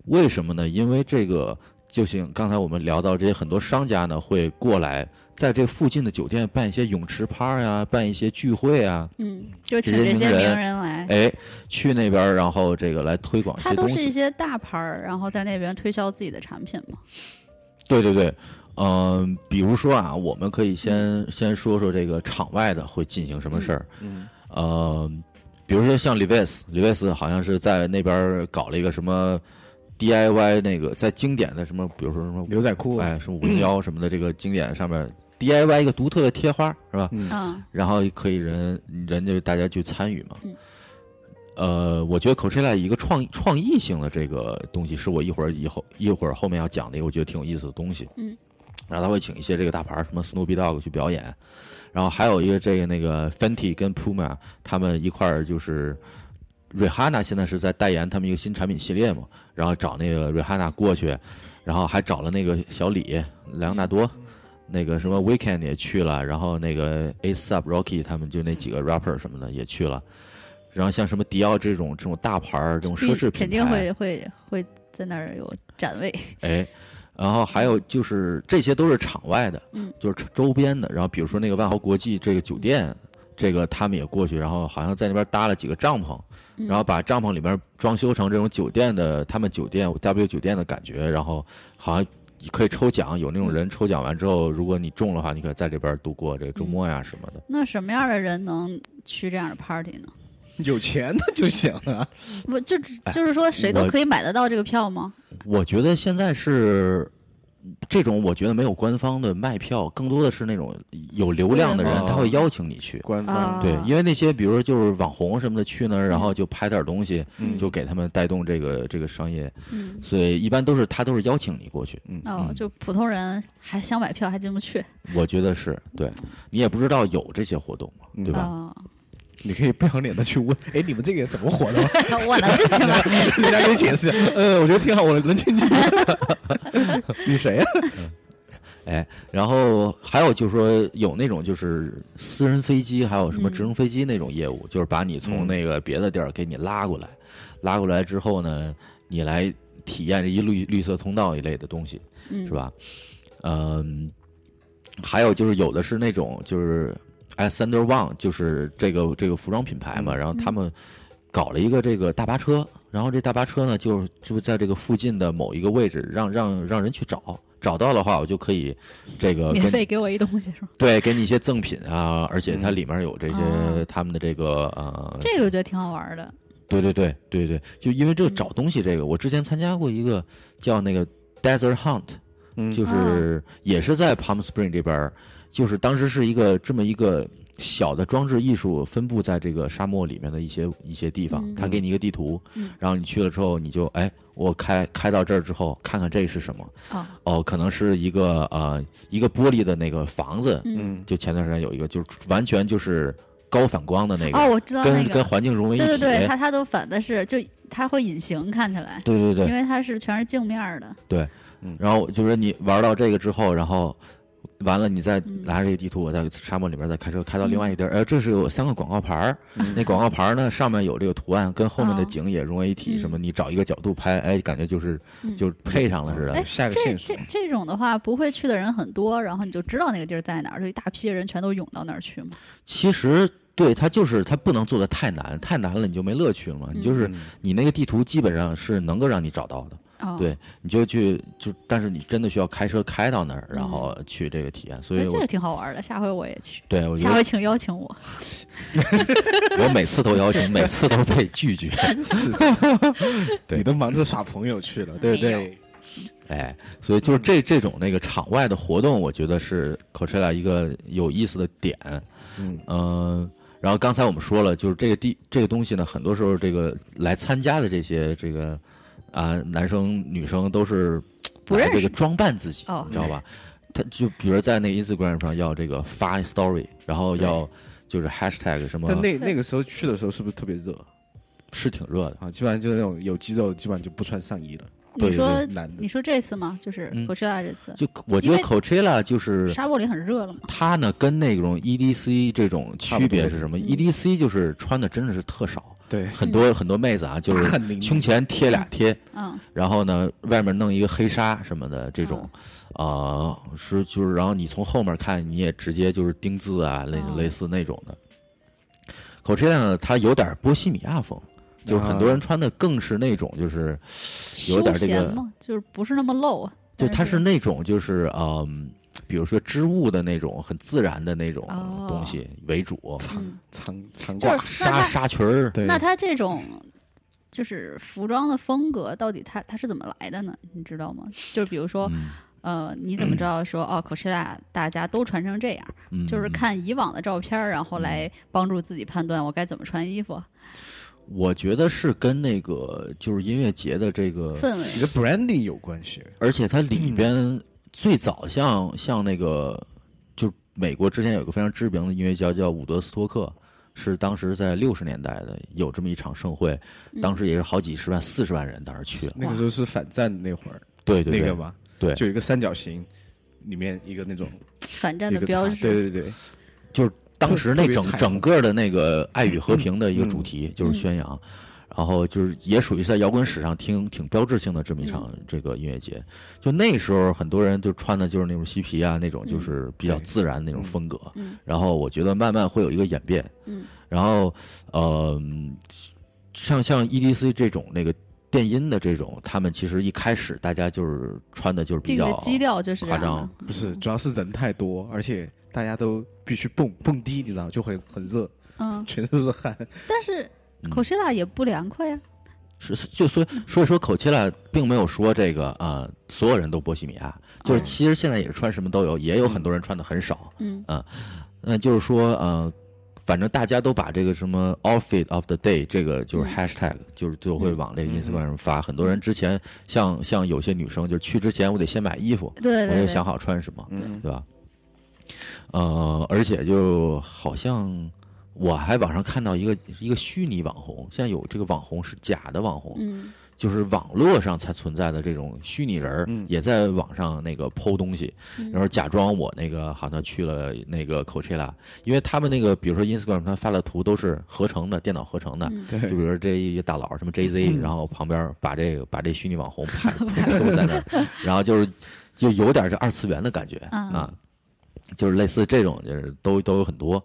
Speaker 5: 为什么呢？因为这个，就像刚才我们聊到，这些很多商家呢会过来，在这附近的酒店办一些泳池趴呀、办一些聚会啊，
Speaker 4: 嗯，就
Speaker 5: 这
Speaker 4: 请
Speaker 5: 些
Speaker 4: 这
Speaker 5: 名
Speaker 4: 些
Speaker 5: 人
Speaker 4: 名人来，
Speaker 5: 哎，去那边儿，然后这个来推广一
Speaker 4: 他
Speaker 5: 些
Speaker 4: 都
Speaker 5: 东
Speaker 4: 是一
Speaker 5: 西。
Speaker 4: 些大牌儿，然后在那边推销自己的产品嘛。
Speaker 5: 对对对。嗯，比如说啊，我们可以先先说说这个场外的会进行什么事儿。
Speaker 3: 嗯
Speaker 5: 呃，比如说像 Levis，Levis 好像是在那边儿搞了一个什么 DIY 那个，在经典的什么，比如说什么
Speaker 3: 牛仔裤，
Speaker 5: 哎什么五零幺什么的这个经典上面 DIY 一个独特的贴花是吧？
Speaker 3: 嗯
Speaker 4: 嗯
Speaker 5: 然后可以人人家大家去参与嘛
Speaker 4: 嗯。
Speaker 5: 呃，我觉得 Coachella 一个创创意性的这个东西，是我一会儿以后一会儿后面要讲的一个我觉得挺有意思的东西。
Speaker 4: 嗯，
Speaker 5: 然后他会请一些这个大牌儿，什么 Snoopy Dog 去表演，然后还有一个这个那个 Fenty 跟 Puma 他们一块儿就是。瑞哈娜现在是在代言他们一个新产品系列嘛，然后找那个瑞哈娜过去，然后还找了那个小李莱昂纳多，那个什么 Weekend 也去了，然后那个 ASAP Rocky 他们就那几个 rapper 什么的也去了，然后像什么迪奥这种这种大牌儿这种奢侈品牌，
Speaker 4: 肯定会会会在那儿有展位。
Speaker 5: 哎，然后还有就是这些都是场外的，
Speaker 4: 嗯，
Speaker 5: 就是周边的。然后比如说那个万豪国际这个酒店，这个他们也过去，然后好像在那边搭了几个帐篷，
Speaker 4: 嗯
Speaker 5: *laughs* 然后把帐篷里面装修成这种酒店的他们酒店 W 酒店的感觉，然后好像。可以抽奖，有那种人抽奖完之后，如果你中的话，你可以在这边度过这个周末呀什么的。
Speaker 4: 那什么样的人能去这样的 party 呢？
Speaker 3: 有钱那就行啊。
Speaker 4: 不，就只就是说谁都
Speaker 5: 嗯哎我
Speaker 4: 嗯可以买得到这个票吗？
Speaker 5: 我觉得现在是，这种我觉得没有官方的卖票，更多的是那种有流量的人
Speaker 3: 私人，的
Speaker 5: 他会邀请你去。
Speaker 3: 官方
Speaker 4: 啊
Speaker 5: 对，因为那些比如说就是网红什么的去那儿，然后就拍点东西，
Speaker 3: 嗯
Speaker 5: 就给他们带动这个这个商业，
Speaker 4: 嗯，
Speaker 5: 所以一般都是他都是邀请你过去。
Speaker 4: 哦，
Speaker 5: 嗯
Speaker 4: 就普通人还想买票还进不去，
Speaker 5: 我觉得是对，你也不知道有这些活动嘛，对吧？
Speaker 4: 哦，
Speaker 3: 你可以不要脸的去问，哎，你们这个什么活动？
Speaker 4: *laughs* 我能进
Speaker 5: *laughs*
Speaker 4: 去吗？
Speaker 3: *laughs* 人家给你解释，呃，我觉得挺好，我能进去。 *laughs* 你谁啊呀、
Speaker 5: 哎，然后还有就是说有那种就是私人飞机，还有什么直升飞机那种业务，就是把你从那个别的地儿给你拉过来，拉过来之后呢，你来体验这一绿绿色通道一类的东西，
Speaker 4: 嗯
Speaker 5: 是吧？嗯，还有就是有的是那种就是哎，Thunder One 就是这个这个服装品牌嘛，
Speaker 4: 嗯
Speaker 5: 然后他们搞了一个这个大巴车，然后这大巴车呢就就在这个附近的某一个位置，让让让人去找。找到的话，我就可以这
Speaker 4: *laughs*
Speaker 5: 个
Speaker 4: 免
Speaker 5: 跟
Speaker 4: 费给我一东西是吗？
Speaker 5: 对给你一些赠品啊，而且它里面有这些、
Speaker 4: 哦
Speaker 5: 他们的这个呃，
Speaker 4: 这个我觉得挺好玩的。
Speaker 5: 对对对对对，就因为这个找东西这个，我之前参加过一个叫那个 Desert Hunt，
Speaker 3: 嗯
Speaker 4: 哦
Speaker 5: 就是也是在 Palm Spring 这边儿，就是当时是一个这么一个小的装置艺术分布在这个沙漠里面的一些一些地方
Speaker 4: 嗯，
Speaker 5: 他给你一个地图
Speaker 4: 嗯，
Speaker 5: 然后你去了之后，你就哎，我开开到这儿之后，看看这是什么，
Speaker 4: 哦，
Speaker 5: 哦，可能是一个呃一个玻璃的那个房子，
Speaker 4: 嗯，
Speaker 5: 就前段时间有一个，就是完全就是高反光的那个，
Speaker 4: 哦，我知道那
Speaker 5: 跟
Speaker 4: 个
Speaker 5: 跟，环境融为一体，
Speaker 4: 对对对，它它都反的是，就它会隐形看起来，
Speaker 5: 对对对
Speaker 4: 因为它是全是镜面儿的。
Speaker 5: 然后就是你玩到这个之后，然后完了，你再
Speaker 4: 嗯
Speaker 5: 拿着这个地图，我在沙漠里边再开车开到另外一个地儿，哎，这是有三个广告牌儿，那广告牌儿呢上面有这个图案，跟后面的
Speaker 4: 嗯哦
Speaker 5: 景也融为一体，
Speaker 4: 嗯
Speaker 5: 什么你找一个角度拍，哎，感觉就是
Speaker 4: 嗯
Speaker 5: 就配上了似
Speaker 4: 哎
Speaker 5: 的。
Speaker 3: 下个
Speaker 4: 这
Speaker 3: 线索
Speaker 4: 这，这种的话，不会去的人很多，然后你就知道那个地儿在哪儿，就一大批人全都涌到那儿去嘛。
Speaker 5: 其实。对它就是它不能做的太难，太难了你就没乐趣了嘛。你
Speaker 4: 嗯
Speaker 5: 就是你那个地图基本上是能够让你找到的，
Speaker 4: 哦，
Speaker 5: 对，你就去就，但是你真的需要开车开到那儿，然后去这个体验。所
Speaker 4: 我觉得嗯哎
Speaker 5: 以
Speaker 4: 这
Speaker 5: 我
Speaker 4: 个挺好玩的，下回我也去，
Speaker 5: 对我觉
Speaker 4: 下
Speaker 5: 得
Speaker 4: 回请邀请我。 *laughs*
Speaker 5: 我每次都邀请，每次都被拒绝。
Speaker 3: 是的
Speaker 5: *laughs* 对
Speaker 3: 你都忙着耍朋友去了，对不
Speaker 4: 没
Speaker 3: 对？
Speaker 5: 哎，所以就是这这种那个场外的活动，我觉得是 Coachella 一个有意思的点。
Speaker 3: 嗯
Speaker 5: 嗯，然后刚才我们说了，就是这个地这个东西呢，很多时候这个来参加的这些这个啊、男生女生都是
Speaker 4: 不认识
Speaker 5: 拿这个装扮自己，
Speaker 4: 哦
Speaker 5: 你知道吧？他就比如在那个 Instagram 上要这个发 story，然后要就是 hashtag 什么
Speaker 3: 但，那那个时候去的时候是不是特别热
Speaker 5: 是挺热的。
Speaker 3: 啊？基本上就是那种有肌肉，基本上就不穿上衣了，
Speaker 5: 对
Speaker 4: 你说
Speaker 3: 男的
Speaker 4: 你说这次吗？就是
Speaker 5: 嗯
Speaker 4: Coachella 这次，
Speaker 5: 就我觉
Speaker 4: 因
Speaker 5: 得
Speaker 4: 为
Speaker 5: Coachella 就是
Speaker 4: 沙漠里很热了嘛。
Speaker 5: 它呢跟那种 EDC 这种区别是什么
Speaker 4: 嗯
Speaker 5: ？EDC 就是穿的真的是特少，
Speaker 3: 对，
Speaker 5: 很多很多妹子啊，就是
Speaker 3: 很灵
Speaker 5: 胸前贴俩贴，
Speaker 4: 嗯，
Speaker 5: 然后呢外面弄一个黑纱什么的这种，
Speaker 4: 嗯
Speaker 5: 啊是就是然后你从后面看你也直接就是钉字啊，类
Speaker 4: 哦
Speaker 5: 类似那种的。Coachella 呢，它有点波西米亚风，就是很多人穿的更是那种就是。
Speaker 4: 嗯
Speaker 5: 有
Speaker 4: 休
Speaker 5: 点这个
Speaker 4: 闲嘛，就是不是那么露啊。
Speaker 5: 就
Speaker 4: 但
Speaker 5: 它是那种就是嗯，比如说织物的那种很自然的那种
Speaker 4: 哦
Speaker 5: 东西为主，
Speaker 4: 嗯
Speaker 3: 长长
Speaker 4: 就
Speaker 3: 褂，
Speaker 4: 是那
Speaker 5: 纱
Speaker 4: 它
Speaker 5: 纱裙儿，
Speaker 3: 对，
Speaker 4: 那它这种就是服装的风格，到底它它是怎么来的呢？你知道吗？就是比如说，
Speaker 5: 嗯
Speaker 4: 呃，你怎么知道说哦，Coachella 大家都穿成这样？
Speaker 5: 嗯，
Speaker 4: 就是
Speaker 5: 嗯。
Speaker 4: 看以往的照片儿，然后来帮助自己判断我该怎么穿衣服，
Speaker 5: 嗯我觉得是跟那个就是音乐节的这个，
Speaker 4: 氛嗯
Speaker 3: 你
Speaker 4: 围。
Speaker 3: 的 branding 有关系，
Speaker 5: 而且它里边最早像像那个，就美国之前有一个非常知名的音乐家叫伍德斯托克。是当时在六十年代的有这么一场盛会，
Speaker 4: 嗯
Speaker 5: 当时也是好几十万、四十万人当时去了。
Speaker 3: 那个时候是反战那会儿，
Speaker 5: 对对
Speaker 3: 那
Speaker 5: 对
Speaker 3: 个，吧，
Speaker 5: 对
Speaker 3: 就有一个三角形，里面一个那种
Speaker 4: 反战
Speaker 3: 一
Speaker 4: 的
Speaker 3: 个
Speaker 4: 标
Speaker 3: 叉
Speaker 4: 志，
Speaker 3: 对对对，
Speaker 5: 就是当时那
Speaker 3: 特别啊嗯
Speaker 5: 整
Speaker 3: 彩虹
Speaker 5: 整个的那个爱与和平的一个主题，就是宣扬，然后就是也属于在摇滚史上挺挺标志性的这么一场
Speaker 3: 嗯
Speaker 5: 这个音乐节。就那时候很多人就穿的就是那种嬉皮啊，那种就是比较
Speaker 3: 嗯对
Speaker 5: 自然的那
Speaker 3: 嗯
Speaker 5: 种风格。
Speaker 4: 嗯
Speaker 5: 然后我觉得慢慢会有一个演变。
Speaker 4: 嗯
Speaker 5: 然后呃，像像 EDC 这种那个电音的这种，他们其实一开始大家就是穿的就是比
Speaker 4: 定
Speaker 5: 较
Speaker 4: 的基调就是这样
Speaker 5: 夸张
Speaker 4: 的。嗯
Speaker 3: 不是，主要是人太多，而且大家都必须蹦蹦迪，你知道，就很很热，
Speaker 4: 嗯，
Speaker 3: 全都是汗，
Speaker 4: 但是
Speaker 5: 嗯
Speaker 4: Coachella 也不凉快呀、
Speaker 5: 是就所以
Speaker 3: 嗯
Speaker 5: 所以说口切拉并没有说这个啊、呃所有人都波西米亚，就是
Speaker 3: 嗯
Speaker 4: 哦
Speaker 5: 其实现在也是穿什么都有，也有很多人穿的很少。
Speaker 4: 嗯
Speaker 5: 那、就是说呃，反正大家都把这个什么 outfit of the day 这个就是 hashtag，、就是就会往这个
Speaker 3: 嗯
Speaker 5: Instagram 上发。很多人之前像像有些女生，就是去之前我得先买衣服，
Speaker 4: 对
Speaker 5: 我
Speaker 4: 对
Speaker 5: 就
Speaker 4: 对
Speaker 5: 想，好穿什么，
Speaker 3: 嗯
Speaker 5: 对吧？呃，而且就好像我还网上看到一个一个虚拟网红，现在有这个网红是假的网红，
Speaker 4: 嗯
Speaker 5: 就是网络上才存在的这种虚拟人儿，
Speaker 3: 嗯
Speaker 5: 也在网上那个剖东西，
Speaker 4: 嗯
Speaker 5: 然后假装我那个好像去了那个 Coachella，因为他们那个比如说 Instagram 他发的图都是合成的，电脑合成的。
Speaker 4: 嗯
Speaker 3: 对
Speaker 5: 就比如说这一个大佬什么 JZ，、然后旁边把这个把这虚拟网红拍拍都在那儿，然后就是就有点这二次元的感觉、
Speaker 4: 嗯
Speaker 5: 啊，就是类似这种，就是都都有很多，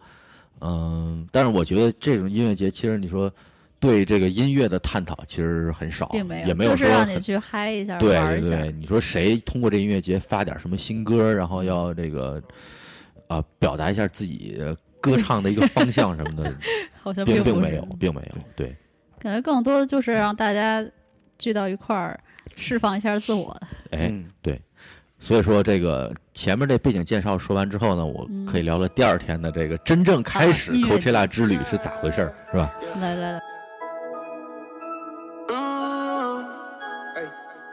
Speaker 5: 嗯，但是我觉得这种音乐节其实你说对这个音乐的探讨其实很少，
Speaker 4: 并没
Speaker 5: 也没有
Speaker 4: 就是
Speaker 5: 说
Speaker 4: 让
Speaker 5: 很
Speaker 4: 你去嗨一下，
Speaker 5: 对
Speaker 4: 玩
Speaker 5: 对
Speaker 4: 一下，
Speaker 5: 对，你说谁通过这音乐节发点什么新歌，然后要这个啊、表达一下自己呃歌唱的一个方向什么
Speaker 4: *laughs*
Speaker 5: 的，
Speaker 4: 好像
Speaker 5: 并
Speaker 4: 不
Speaker 5: 并
Speaker 4: 是
Speaker 5: 没有，并没有，对。
Speaker 4: 感觉更多的就是让大家聚到一块儿，释放一下自我。
Speaker 5: 哎，
Speaker 3: 嗯
Speaker 5: 所以说这个前面这背景介绍说完之后呢，我
Speaker 4: 嗯
Speaker 5: 可以聊聊第二天的这个真正开始
Speaker 4: 啊音乐
Speaker 5: Coachella 之旅是咋回事儿，是吧？
Speaker 4: 来来来，
Speaker 1: Mm.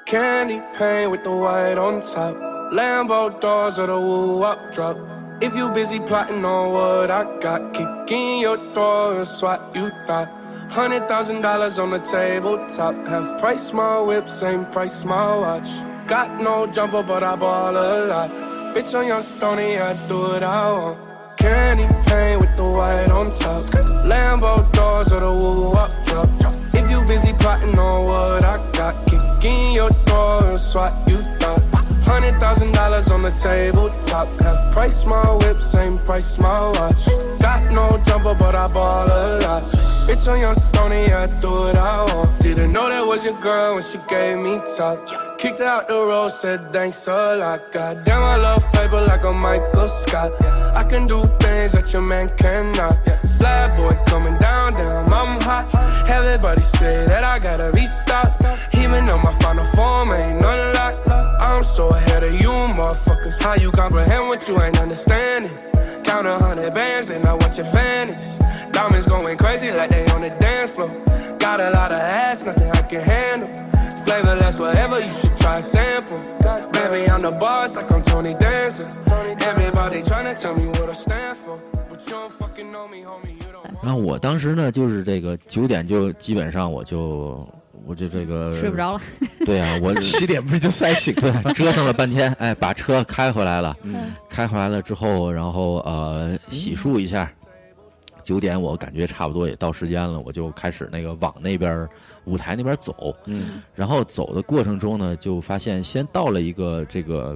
Speaker 1: Candy paint with the white on top. Lambo doors or the woo up drop. If you busy plotting on what I got, kicking your door is what you thought. Hundred thousand dollars on the tabletop. Half price my whip, same price my watch. Got no jumper, but I ball a lot. Bitch on your stony, I do what I want. Candy paint with the white on top. Lambo doors or the woo up drop. If you busy plotting on what I got, kicking your door is what you thought. Hundred thousand dollars on the tabletop, half price my whip, same price my watch. Got no jumper, but I ball a lot. Bitch on your stony, I do what I want. Didn't know that was your girl when she gave me top. Kicked her out the road, said thanks a lot. Goddamn, I love paper like a Michael Scott. I can do things that your man cannot. Slab boy coming down, damn, I'm hot. Everybody say that I gotta be stopped. Even though my final form ain't unlocked. I'm so ahead of you, motherfuckers. How you comprehend what you ain't understanding? Count a hundred bands and I watch it vanish. Diamonds going crazy like they on the dance floor. Got a lot of ass, nothing I can handle. Flavorless, whatever you should try a sample. Baby, I'm the boss, like I'm Tony Dancer. Everybody tryna tell me what I stand for, but you don't fucking know me, homie. You don't.
Speaker 5: 然后我当时呢，就是这个九点就基本上我就我就这个
Speaker 4: 睡不，着了，
Speaker 5: 对啊，我
Speaker 4: *laughs*
Speaker 3: 七点不是就晒
Speaker 5: *laughs*
Speaker 3: 醒
Speaker 5: 对，折腾了半天，哎，把车开回来了，
Speaker 3: 嗯
Speaker 5: 开回来了之后，然后呃洗漱一
Speaker 4: 嗯
Speaker 5: 下，九点我感觉差不多也到时间了，我就开始那个往那边儿舞台那边儿走，
Speaker 3: 嗯
Speaker 5: 然后走的过程中呢，就发现先到了一个这个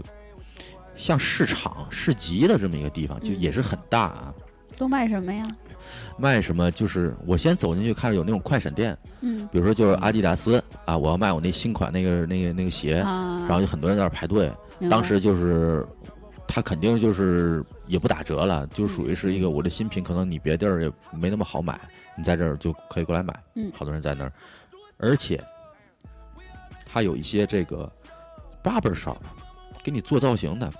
Speaker 5: 像市场市集的这么一个地方，就
Speaker 4: 嗯
Speaker 5: 也是很大啊，
Speaker 4: 都卖什么呀？
Speaker 5: 卖什么就是我先走进去看有那种快闪店，
Speaker 4: 嗯
Speaker 5: 比如说就是阿迪达斯啊，我要卖我那新款那个那个那个鞋，
Speaker 4: 啊，
Speaker 5: 哎然后有很多人在那儿排队，
Speaker 4: 明白
Speaker 5: 当时就是他肯定就是也不打折了，就属于是一个我的新品，可能你别地儿也没那么好买，你在这儿就可以过来买。
Speaker 4: 嗯
Speaker 5: 好多人在那儿，而且他有一些这个 barber shop 给你做造型的。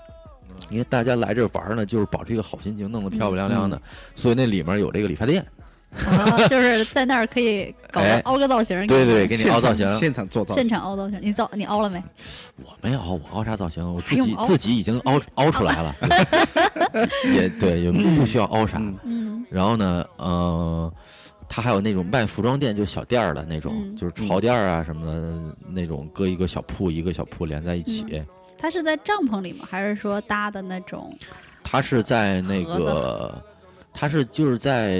Speaker 5: 因为大家来这儿玩儿呢，就是保持一个好心情，弄得漂漂
Speaker 4: 嗯
Speaker 5: 亮亮的，所以那里面有这个理发店，
Speaker 4: 啊就是在那儿可以搞
Speaker 5: 哎
Speaker 4: 个凹个造型，
Speaker 5: 对对，给你
Speaker 3: 现
Speaker 5: 凹造
Speaker 3: 场
Speaker 5: 型。
Speaker 3: 现场做造
Speaker 4: 现
Speaker 3: 型，
Speaker 4: 场凹造型，你造你凹了没？
Speaker 5: 我没有，我凹啥造型？我自
Speaker 4: 还用
Speaker 5: 己
Speaker 4: 凹
Speaker 5: 自己已经凹凹出来了， *laughs* 也对，也不需要凹啥。
Speaker 3: 嗯
Speaker 4: 嗯
Speaker 5: 然后呢，呃，它还有那种卖服装店，就是小店儿的那种，
Speaker 4: 嗯
Speaker 5: 就是潮店儿啊什么的那种，搁一个小铺一个小铺连在一起。
Speaker 4: 它是在帐篷里吗？还是说搭的那种？
Speaker 5: 它是在那个，它是就是在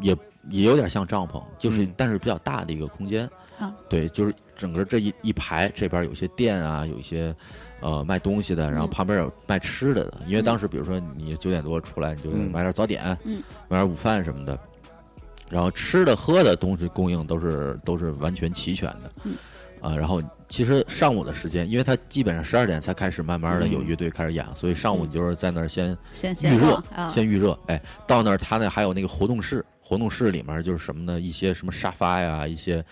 Speaker 5: 也也有点像帐篷，就是、
Speaker 3: 嗯
Speaker 5: 但是比较大的一个空间。
Speaker 4: 啊
Speaker 5: 对，就是整个这一一排这边有些店啊，有一些呃卖东西的，然后
Speaker 4: 嗯
Speaker 5: 旁边有卖吃的的。因为
Speaker 4: 嗯
Speaker 5: 当时比如说你九点多出来，你就
Speaker 3: 嗯
Speaker 5: 买点早点，
Speaker 4: 嗯
Speaker 5: 买点午饭什么的。然后吃的喝的东西供应都是都是完全齐全的，
Speaker 4: 嗯
Speaker 5: 啊，然后其实上午的时间，因为它基本上十二点才开始慢慢的有
Speaker 3: 嗯
Speaker 5: 乐队开始演，所以上午你就是在那儿先
Speaker 4: 先
Speaker 5: 预
Speaker 4: 先
Speaker 5: 热
Speaker 4: 放，啊，
Speaker 5: 先预热。哎，到那儿他那还有那个活动室，活动室里面就是什么呢？一些什么沙发呀，一些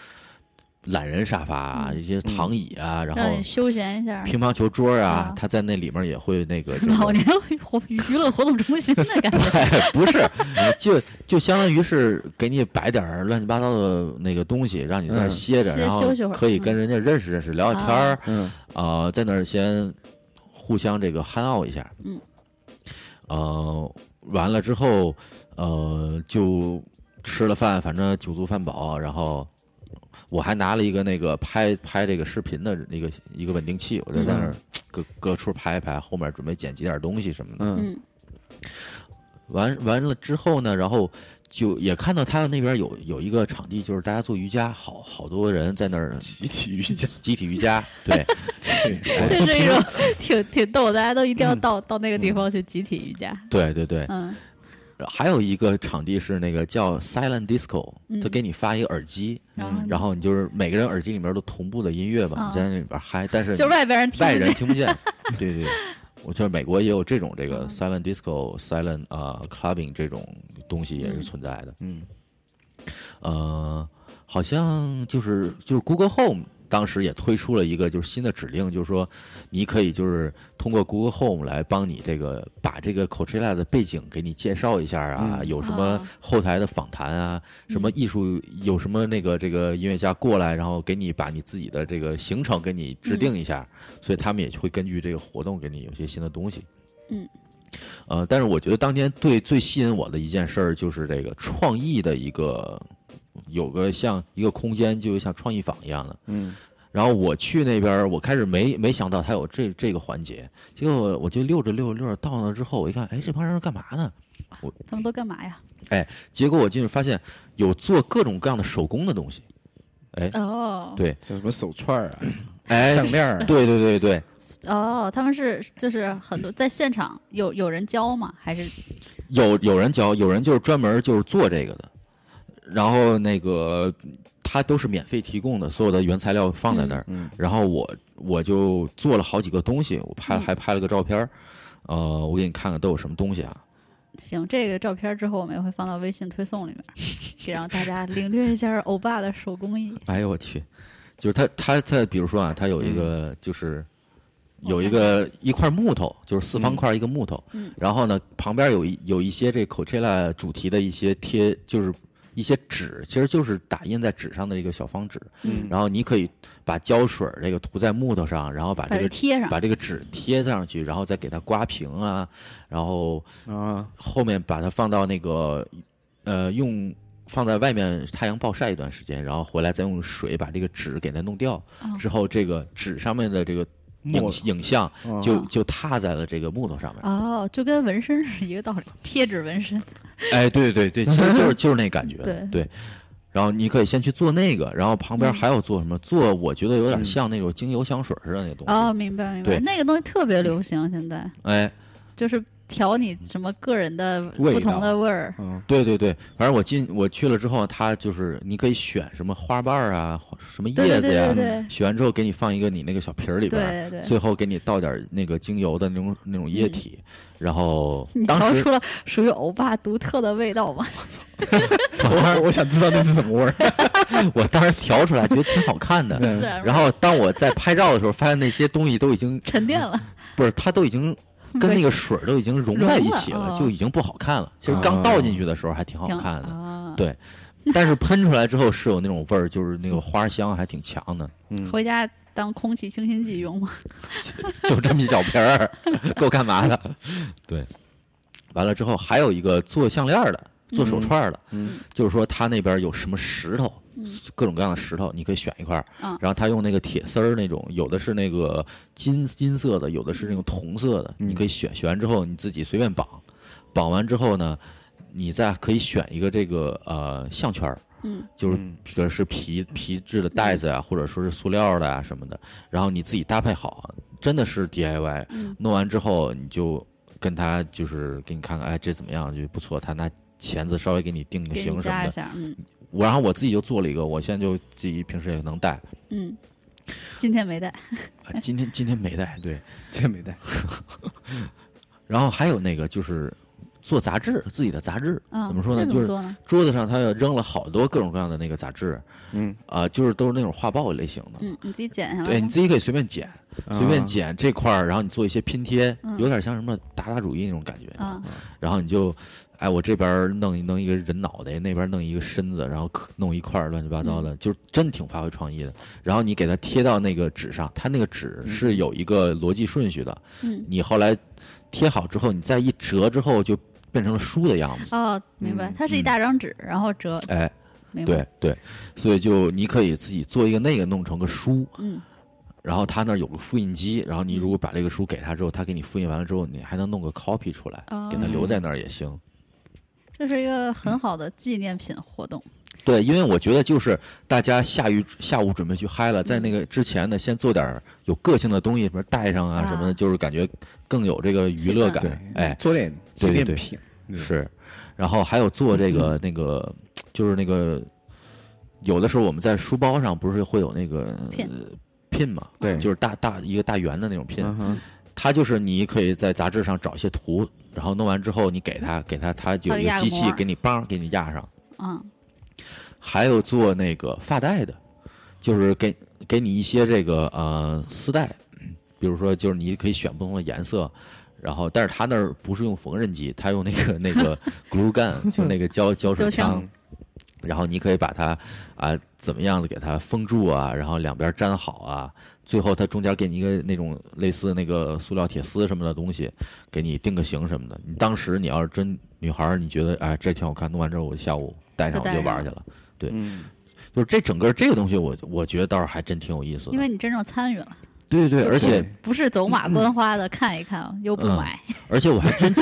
Speaker 5: 懒人沙发啊，一些躺椅啊，然
Speaker 4: 嗯让
Speaker 5: 后
Speaker 4: 你休闲一下。
Speaker 5: 乒乓球桌啊
Speaker 4: 啊，
Speaker 5: 他在那里面也会那个这个
Speaker 4: *laughs* 老年活娱乐活动中心的感觉，
Speaker 5: 哎， *laughs* 不是，就就相当于是给你摆点儿乱七八糟的那个东西，让你在那儿
Speaker 3: 嗯
Speaker 5: 歇着，
Speaker 4: 歇
Speaker 5: 然后
Speaker 4: 休息会儿嗯
Speaker 5: 可以跟人家认识认识，聊聊天儿，
Speaker 3: 嗯
Speaker 5: 啊，在那儿先互相这个憨傲一下，
Speaker 4: 嗯，
Speaker 5: 呃，完了之后，呃，就吃了饭，反正酒足饭饱，然后。我还拿了一个那个拍拍这个视频的一个一个稳定器，我就
Speaker 4: 嗯
Speaker 5: 在那儿各各处拍一拍，后面准备剪辑点儿东西什么的。
Speaker 3: 嗯
Speaker 4: 嗯
Speaker 5: 完完了之后呢，然后就也看到他那边有有一个场地，就是大家做瑜伽，好好多人在那儿
Speaker 3: 集体瑜伽，
Speaker 5: 集体瑜伽，对，
Speaker 4: 这
Speaker 5: 哎
Speaker 4: 是一种挺挺逗，大家都一定要到、到那个地方去集体瑜伽。
Speaker 5: 对对嗯对。
Speaker 4: 嗯
Speaker 5: 还有一个场地是那个叫 Silent Disco，
Speaker 4: 嗯
Speaker 5: 他给你发一个耳机，
Speaker 4: 然后
Speaker 5: 然后你就是每个人耳机里面都同步的音乐
Speaker 4: 啊
Speaker 5: 嘛，你在那里边嗨，但是
Speaker 4: 就是外边人听
Speaker 5: 外
Speaker 4: 不
Speaker 5: 人
Speaker 4: 见，
Speaker 5: 听
Speaker 4: *laughs*
Speaker 5: 不见。对对，我觉得美国也有这种这
Speaker 4: 嗯
Speaker 5: 个 Silent Disco、Silent 啊 Clubbing 这种东西也是存在的。
Speaker 3: 嗯
Speaker 5: 呃，好像就是就是 Google Home 当时也推出了一个就是新的指令，就是说你可以就是通过 Google Home 来帮你这个把这个 Coachella 的背景给你介绍一下啊，
Speaker 3: 嗯
Speaker 5: 有什么
Speaker 4: 啊
Speaker 5: 后台的访谈啊，什么艺术有什么那个这个音乐家过来，然后给你把你自己的这个行程给你制定一下，
Speaker 3: 嗯
Speaker 5: 所以他们也会根据这个活动给你有些新的东西。
Speaker 4: 嗯。
Speaker 5: 呃，但是我觉得当天对最吸引我的一件事儿就是这个创意的一个有个像一个空间，就像创意坊一样的。
Speaker 3: 嗯，
Speaker 5: 然后我去那边儿，我开始没没想到它有这这个环节，结果我我就溜着溜着溜着到那之后，我一看，哎，这帮人干嘛呢？
Speaker 4: 他们都干嘛呀？
Speaker 5: 结果我进去发现有做各种各样的手工的东西，
Speaker 4: 哦，
Speaker 5: 对，
Speaker 3: 叫什么手串儿啊，
Speaker 5: 哎，
Speaker 3: 项链儿啊，
Speaker 5: 对对对对，
Speaker 4: 哦，他们是就是很多在现场有有人教吗？还是
Speaker 5: 有有人教，有人就是专门就是做这个的，然后那个它都是免费提供的，所有的原材料放在那儿，
Speaker 3: 嗯
Speaker 5: 然后我我就做了好几个东西，我拍
Speaker 4: 嗯
Speaker 5: 还拍了个照片儿，呃，我给你看看都有什么东西啊，
Speaker 4: 行，这个照片之后我们也会放到微信推送里
Speaker 5: *laughs*
Speaker 4: 面，也让大家领略一下欧巴的手工艺。
Speaker 5: 哎呦我去，就是他他他，比如说啊，他有一个
Speaker 4: 嗯
Speaker 5: 就是
Speaker 4: 哦
Speaker 5: 有一个一块木头，就是四方块一个木头，
Speaker 4: 嗯
Speaker 5: 然后呢旁边有一有一些这 Coachella 主题的一些贴，就是一些纸，其实就是打印在纸上的一个小方纸，
Speaker 3: 嗯
Speaker 5: 然后你可以把胶水儿这个涂在木头上，然后把
Speaker 4: 把
Speaker 5: 这
Speaker 4: 这
Speaker 5: 个
Speaker 4: 贴上
Speaker 5: 把这个纸贴上去，然后再给它刮平啊，然后
Speaker 3: 啊，
Speaker 5: 后面把它放到那个呃用放在外面太阳暴晒一段时间，然后回来再用水把这个纸给它弄掉，
Speaker 4: 哦
Speaker 5: 之后这个纸上面的这个影
Speaker 3: 墨
Speaker 5: 影像
Speaker 3: 啊
Speaker 5: 就就踏在了这个木头上面。
Speaker 4: 哦，就跟纹身是一个道
Speaker 5: *laughs*
Speaker 4: 理，贴纸纹身。
Speaker 5: 哎，对对对，其实就是就是那感觉，
Speaker 4: *laughs* 对嗯
Speaker 5: 然后你可以先去做那个，然后旁边还有做什么？做我觉得有点像那种精油香水似的那东西。
Speaker 4: 哦，明白明白，
Speaker 5: 对
Speaker 4: 那个东西特别流行，现在
Speaker 5: 哎，
Speaker 4: 就是调你什么个人的
Speaker 3: 味
Speaker 4: 不同的味儿。
Speaker 3: 啊，
Speaker 5: 对对对，反正我进我去了之后，它就是你可以选什么花瓣儿啊，花什么
Speaker 4: 对
Speaker 5: 叶
Speaker 4: 对
Speaker 5: 子呀、
Speaker 4: 对对对
Speaker 5: 选完之后给你放一个你那个小瓶儿里边儿，
Speaker 4: 对对嗯
Speaker 5: 最后给你倒点儿那个精油的那种那种液体，然后
Speaker 4: 你
Speaker 5: 当
Speaker 4: 调
Speaker 5: 时
Speaker 4: 出了属于欧巴独特的味道吗？
Speaker 3: 我 *laughs* 我想知道那是什么味儿，
Speaker 5: *laughs* 我当时调出来觉得挺好看
Speaker 4: *laughs*
Speaker 5: 的，
Speaker 4: 自然味
Speaker 5: 嗯然
Speaker 4: 儿
Speaker 5: 后当我在拍照的时候，发现那些东西都已经
Speaker 4: 沉淀了。
Speaker 5: 不是它都已经。
Speaker 4: *laughs*
Speaker 5: 跟那个水儿都已经融
Speaker 4: 融
Speaker 5: 在一
Speaker 4: 了
Speaker 5: 起了，
Speaker 4: 哦
Speaker 5: 就已经不好看了。其实刚倒进去的时候还挺好
Speaker 4: 挺
Speaker 5: 看的，
Speaker 4: 啊，
Speaker 5: 对但是喷出来之后是有那种味儿，就是那个花香还挺强的。
Speaker 4: 回家当空气清新剂用吗？
Speaker 5: 就这么一小瓶儿，够干
Speaker 3: *laughs*
Speaker 5: 嘛的？对，完了之后还有一个做项链儿的，做手串儿的，
Speaker 3: 嗯
Speaker 5: 就是说他那边有什么石头，各种各样的石头，你可以选一块儿，
Speaker 4: 嗯
Speaker 5: 然后他用那个铁丝儿那种，有的是那个金金色的，有的是那种铜色的，
Speaker 3: 嗯
Speaker 5: 你可以选，选完之后你自己随便绑，绑完之后呢，你再可以选一个这个呃项圈儿。
Speaker 4: 嗯，
Speaker 5: 就是
Speaker 3: 嗯
Speaker 5: 比如是皮皮质的袋子啊，或者说是塑料的啊什么的，然后你自己搭配好，真的是
Speaker 4: *laughs*
Speaker 5: DIY。
Speaker 4: 嗯
Speaker 5: 弄完之后，你就跟他就是给你看看，哎，这怎么样？就不错。他拿钳子稍微给你定个
Speaker 4: 给你
Speaker 5: 型什
Speaker 4: 加
Speaker 5: 么
Speaker 4: 一
Speaker 5: 的。
Speaker 4: 下，嗯
Speaker 5: 我然后我自己就做了一个，我现在就自己平时也能戴。
Speaker 4: 嗯。今天没带，
Speaker 5: 啊今天今天没戴，对。
Speaker 3: 这没带，
Speaker 5: 然后还有那个就是做杂志，自己的杂志。
Speaker 4: 啊，
Speaker 5: 怎么说
Speaker 4: 这
Speaker 5: 呢？
Speaker 4: 怎
Speaker 5: 就
Speaker 4: 么
Speaker 5: 是
Speaker 4: 做呢？
Speaker 5: 桌子上他扔了好多各种各样的那个杂志，
Speaker 3: 嗯，
Speaker 5: 啊、就是都是那种画报类型的。
Speaker 4: 嗯，你自己剪下来吧。
Speaker 5: 对，你自己可以随便剪，随便
Speaker 3: 啊
Speaker 5: 剪这块儿，然后你做一些拼贴，
Speaker 4: 嗯
Speaker 5: 有点像什么打打主意那种感觉。
Speaker 4: 啊，
Speaker 5: 然后你就，哎，我这边儿弄一弄一个人脑袋，那边儿弄一个身子，然后刻弄一块儿乱七八糟的，
Speaker 4: 嗯
Speaker 5: 就真挺发挥创意的。然后你给它贴到那个纸上，它那个纸是有一个逻辑顺序的。
Speaker 4: 嗯，
Speaker 5: 你后来贴好之后，你再一折之后，就变成了书的样子。
Speaker 4: 哦，明白，它是一
Speaker 5: 嗯
Speaker 4: 大张纸，然后折，
Speaker 5: 哎，
Speaker 4: 明白。
Speaker 5: 对对，所以就你可以自己做一个那个弄成个书，
Speaker 4: 嗯，
Speaker 5: 然后他那儿有个复印机，然后你如果把这个书给他之后，他给你复印完了之后，你还能弄个 copy 出来，给他留在那儿也行。
Speaker 4: 这是一个很好的纪念品活动。
Speaker 5: 对，因为我觉得就是大家下雨下午准备去嗨了，在那个之前呢，先做点儿有个性的东西，什么带上啊
Speaker 4: 啊
Speaker 5: 什么的，就是感觉更有这个娱乐
Speaker 4: 气氛
Speaker 5: 感。哎，
Speaker 3: 做点纪
Speaker 5: 对
Speaker 3: 念
Speaker 5: 对
Speaker 3: 品，嗯
Speaker 5: 是，然后还有做这个那个，就是那个，有的时候我们在书包上不是会有那个
Speaker 4: Pin
Speaker 5: 拼嘛，
Speaker 3: 对
Speaker 5: 就是大大一个大圆的那种拼，
Speaker 3: 嗯哼
Speaker 5: 它就是你可以在杂志上找一些图，然后弄完之后你给它给它，它就
Speaker 4: 它
Speaker 5: 有
Speaker 4: 就
Speaker 5: 一个
Speaker 4: 压个
Speaker 5: 机
Speaker 4: 模
Speaker 5: 器
Speaker 4: 儿
Speaker 5: 给你帮给你压上。
Speaker 4: 啊，
Speaker 5: 还有做那个发带的，就是给给你一些这个呃丝带，比如说就是你可以选不同的颜色，然后但是他那儿不是用缝纫机，他用那个那
Speaker 4: *laughs*
Speaker 5: 个 glue gun，就那个胶胶水
Speaker 4: 胶枪
Speaker 5: 枪。然后你可以把它啊、怎么样的给它封住啊，然后两边粘好啊，最后它中间给你一个那种类似那个塑料铁丝什么的东西，给你定个型什么的。你当时你要是真女孩儿，你觉得哎这挺好看，弄完之后我下午戴上
Speaker 4: 就
Speaker 5: 我
Speaker 4: 戴
Speaker 5: 就玩
Speaker 4: 上
Speaker 5: 儿去了。
Speaker 3: 嗯，
Speaker 5: 就是这整个这个东西我，我觉得倒是还真挺有意思的。
Speaker 4: 因为你真正参与了，
Speaker 5: 对对，
Speaker 4: 就
Speaker 5: 而且
Speaker 3: 对
Speaker 4: 不是走马观花的看一看又不
Speaker 5: 嗯
Speaker 4: 买。
Speaker 5: 而且我还真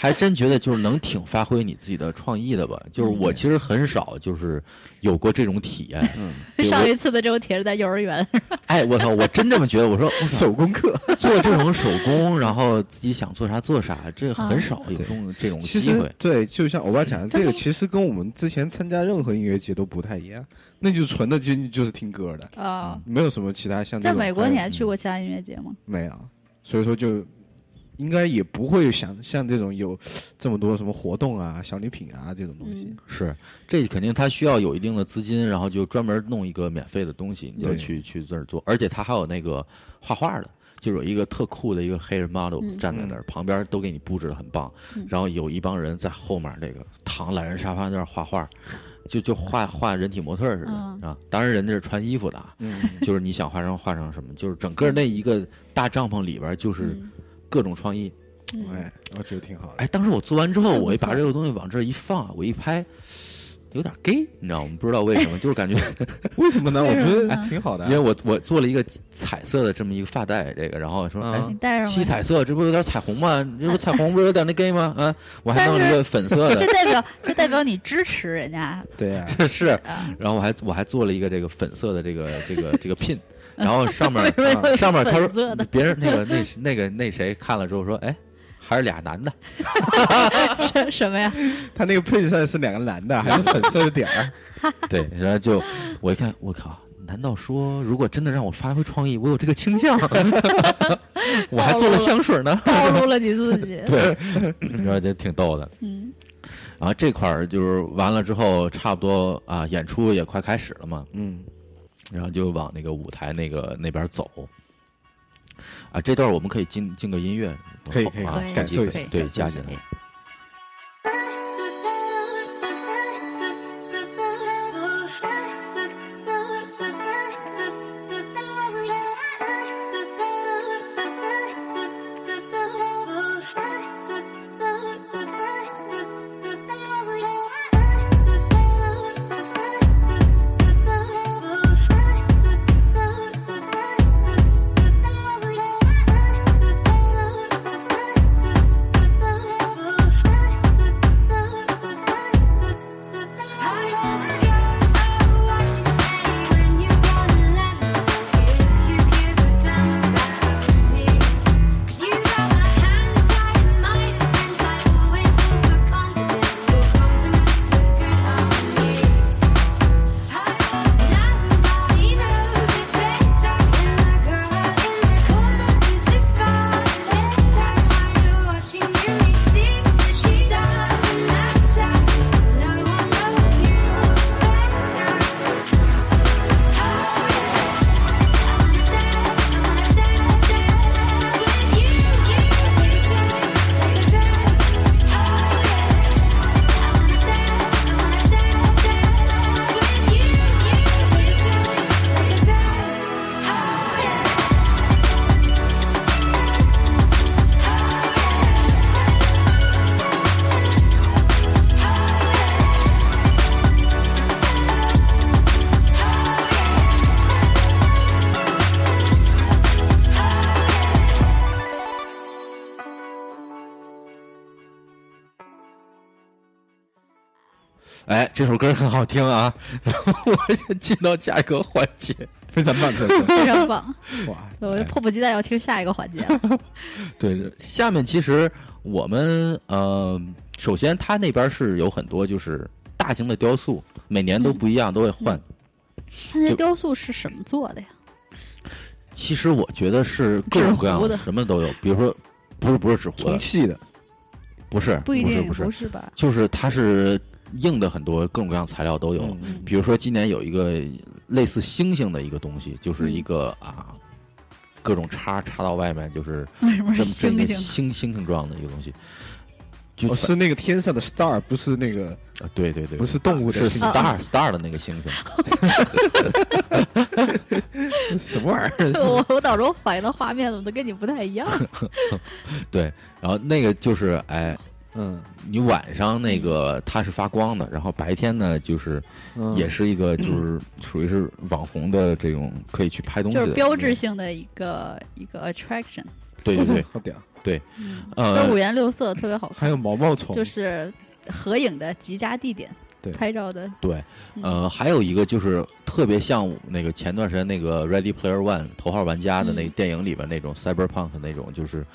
Speaker 5: 还真觉得就是能挺发挥你自己的创意的吧。就是
Speaker 4: 嗯
Speaker 5: 我其实很少就是有过这种体验。嗯，
Speaker 4: *laughs* 上一
Speaker 5: 我
Speaker 4: 次的这种帖是在幼儿
Speaker 5: *laughs*
Speaker 4: 园，
Speaker 5: 哎我操，我真这么觉得。
Speaker 3: *laughs*
Speaker 5: 我说我操
Speaker 3: 手工课，
Speaker 5: 做这种手工，然后自己想做啥做啥，这
Speaker 4: 嗯
Speaker 5: 很少
Speaker 3: 对
Speaker 5: 有这种这种
Speaker 3: 其
Speaker 5: 机
Speaker 3: 实
Speaker 5: 会。
Speaker 3: 对，就像欧巴讲的，
Speaker 4: 但
Speaker 3: 这个
Speaker 4: 是
Speaker 3: 其实跟我们之前参加任何音乐节都不太一样，那就纯的就就是听歌的，
Speaker 5: 嗯
Speaker 4: 啊，
Speaker 3: 没有什么其他像这
Speaker 4: 在
Speaker 3: 种
Speaker 4: 美国
Speaker 3: 还有
Speaker 4: 你还去过其他音乐节吗？
Speaker 3: 没有，所以说就应该也不会想像这种有这么多什么活动啊、小礼品啊这种东西
Speaker 4: 嗯。
Speaker 5: 是，这肯定他需要有一定的资金，然后就专门弄一个免费的东西，你就
Speaker 3: 对
Speaker 5: 去去这儿做。而且他还有那个画画的，就有一个特酷的一个黑人 model
Speaker 4: 嗯
Speaker 5: 站在那儿，旁边都给你布置的很棒，
Speaker 4: 嗯
Speaker 5: 然后有一帮人在后面这个躺懒人沙发那儿画画，就就画画人体模特似的、
Speaker 4: 嗯
Speaker 5: 啊。当然人家是穿衣服的啊，
Speaker 3: 嗯，
Speaker 5: 就是你想画成画成什么，就是整个那一个大帐篷里边就是
Speaker 4: 嗯
Speaker 5: 各种创意。
Speaker 4: 嗯
Speaker 3: 哎，我觉得挺好的。
Speaker 5: 哎，当时我做完之
Speaker 4: *laughs*
Speaker 5: 后，
Speaker 4: 这不
Speaker 5: 我一
Speaker 4: 错
Speaker 5: 把这个东西往这儿一放，我一拍，有点 gay，你知道吗？不知道为什么，就是感觉，
Speaker 3: 为什么呢？我觉 *laughs* 得
Speaker 4: 嗯
Speaker 3: 哎挺好的
Speaker 5: *laughs*
Speaker 3: 啊
Speaker 5: 因为我我做了一个彩色的这么一个发带，这个，然后说，哎
Speaker 3: 啊，
Speaker 4: 你戴上
Speaker 5: 七
Speaker 4: 吧。
Speaker 5: 彩色，这不有点彩虹吗？这不彩虹不是有点那 gay 吗？ *laughs* 啊，我还
Speaker 4: 但
Speaker 5: 弄了一
Speaker 4: 是
Speaker 5: 个粉色
Speaker 4: 这 *laughs*
Speaker 5: 的，
Speaker 4: 代表这代表你支持人家
Speaker 3: 对呀，
Speaker 5: *laughs* 是，
Speaker 4: 啊！
Speaker 5: 然后我还我还做了一个这个粉色的这个这个
Speaker 4: *laughs*
Speaker 5: 这个 pin，然后上面啊
Speaker 4: 为什么有
Speaker 5: 上面他
Speaker 4: 粉色
Speaker 5: 说
Speaker 4: 的
Speaker 5: 别人那个那那个那谁看了之后说，哎，还是俩男的，
Speaker 4: 什 *laughs* 什么呀？
Speaker 3: 他那个配色是两个蓝的，还是粉色的点儿。啊
Speaker 5: 对，然后就我一看，我靠，难道说如果真的让我发挥创意，我有这个倾向？ *laughs* 我还做了香水
Speaker 4: *laughs*
Speaker 5: 呢，
Speaker 4: 暴露了你自己。
Speaker 5: *laughs* 对，然后就挺逗的。
Speaker 4: 嗯
Speaker 5: 然后这块儿就是完了之后，差不多啊，演出也快开始了嘛，
Speaker 3: *laughs* 嗯，
Speaker 5: 然后就往那个舞台那个那边走。啊，这段我们可以进进个音乐，
Speaker 3: 可以可以
Speaker 5: 啊
Speaker 4: 可以
Speaker 5: 后期可以
Speaker 3: 感受一
Speaker 4: 下
Speaker 5: 对，
Speaker 4: 感受
Speaker 5: 加
Speaker 4: 一
Speaker 5: 进
Speaker 4: 下
Speaker 5: 来。
Speaker 6: Thank you.
Speaker 5: 哎，这首歌很好听啊， *laughs* 然后我就进到下一个环节。
Speaker 3: 非常棒，特色
Speaker 4: 非常棒，
Speaker 3: 哇！
Speaker 4: 所以
Speaker 5: 哎
Speaker 4: 我就迫不及待要听下一个环节
Speaker 5: *laughs*
Speaker 4: 了。
Speaker 5: 对，下面其实我们呃，首先他那边是有很多就是大型的雕塑，每年都不一样，都会
Speaker 4: 嗯
Speaker 5: 换。
Speaker 4: 他那雕塑是什么做的呀？
Speaker 5: 其实我觉得是各种各样
Speaker 4: 纸糊的
Speaker 5: 什么都有，比如说不是不是纸糊
Speaker 3: 充
Speaker 5: 的，
Speaker 3: 气的，
Speaker 5: 不是
Speaker 4: 不一
Speaker 5: 是
Speaker 4: 定，
Speaker 5: 不是，
Speaker 4: 吧？
Speaker 5: 就是它是硬的很多各种各样材料都有。
Speaker 3: 嗯
Speaker 5: 比如说今年有一个类似星星的一个东西，
Speaker 4: 嗯
Speaker 5: 就是一个啊。各种插插到外面，就是
Speaker 4: 为什么
Speaker 5: 这
Speaker 4: 是
Speaker 5: 么这么
Speaker 4: 星
Speaker 5: 一个
Speaker 4: 星？
Speaker 5: 星星形状的一个东西，就
Speaker 3: 哦，是那个天上的 star，不是那个，
Speaker 5: 啊对对对，
Speaker 3: 不是动物的
Speaker 5: 是
Speaker 3: 星，
Speaker 5: star star 的那个星星，
Speaker 3: 什么玩意儿？
Speaker 4: *laughs* 我 *laughs* 我脑中反映的画面怎么都跟你不太一样？
Speaker 5: *laughs* 对，然后那个就是哎，
Speaker 3: 嗯，
Speaker 5: 你晚上那
Speaker 4: 嗯
Speaker 5: 个它是发光的，然后白天呢就是
Speaker 3: 嗯
Speaker 5: 也是一个就是属于是网红的这种可以去拍东西
Speaker 4: 就
Speaker 5: 的，
Speaker 4: 是标志性的一个一个 attraction，*laughs*
Speaker 5: 对对对，
Speaker 3: 好屌！
Speaker 4: 嗯，就是五
Speaker 5: 呃，
Speaker 4: 颜六色，特别好看，
Speaker 3: 还有毛毛虫，
Speaker 4: 就是合影的极佳地点，
Speaker 3: 对
Speaker 4: 拍照的，
Speaker 5: 嗯对，
Speaker 4: 嗯，
Speaker 5: 呃，还有一个就是特别像那个前段时间那个 Ready Player One 头号玩家的那个
Speaker 4: 嗯
Speaker 5: 电影里边那种 cyberpunk 那种，就是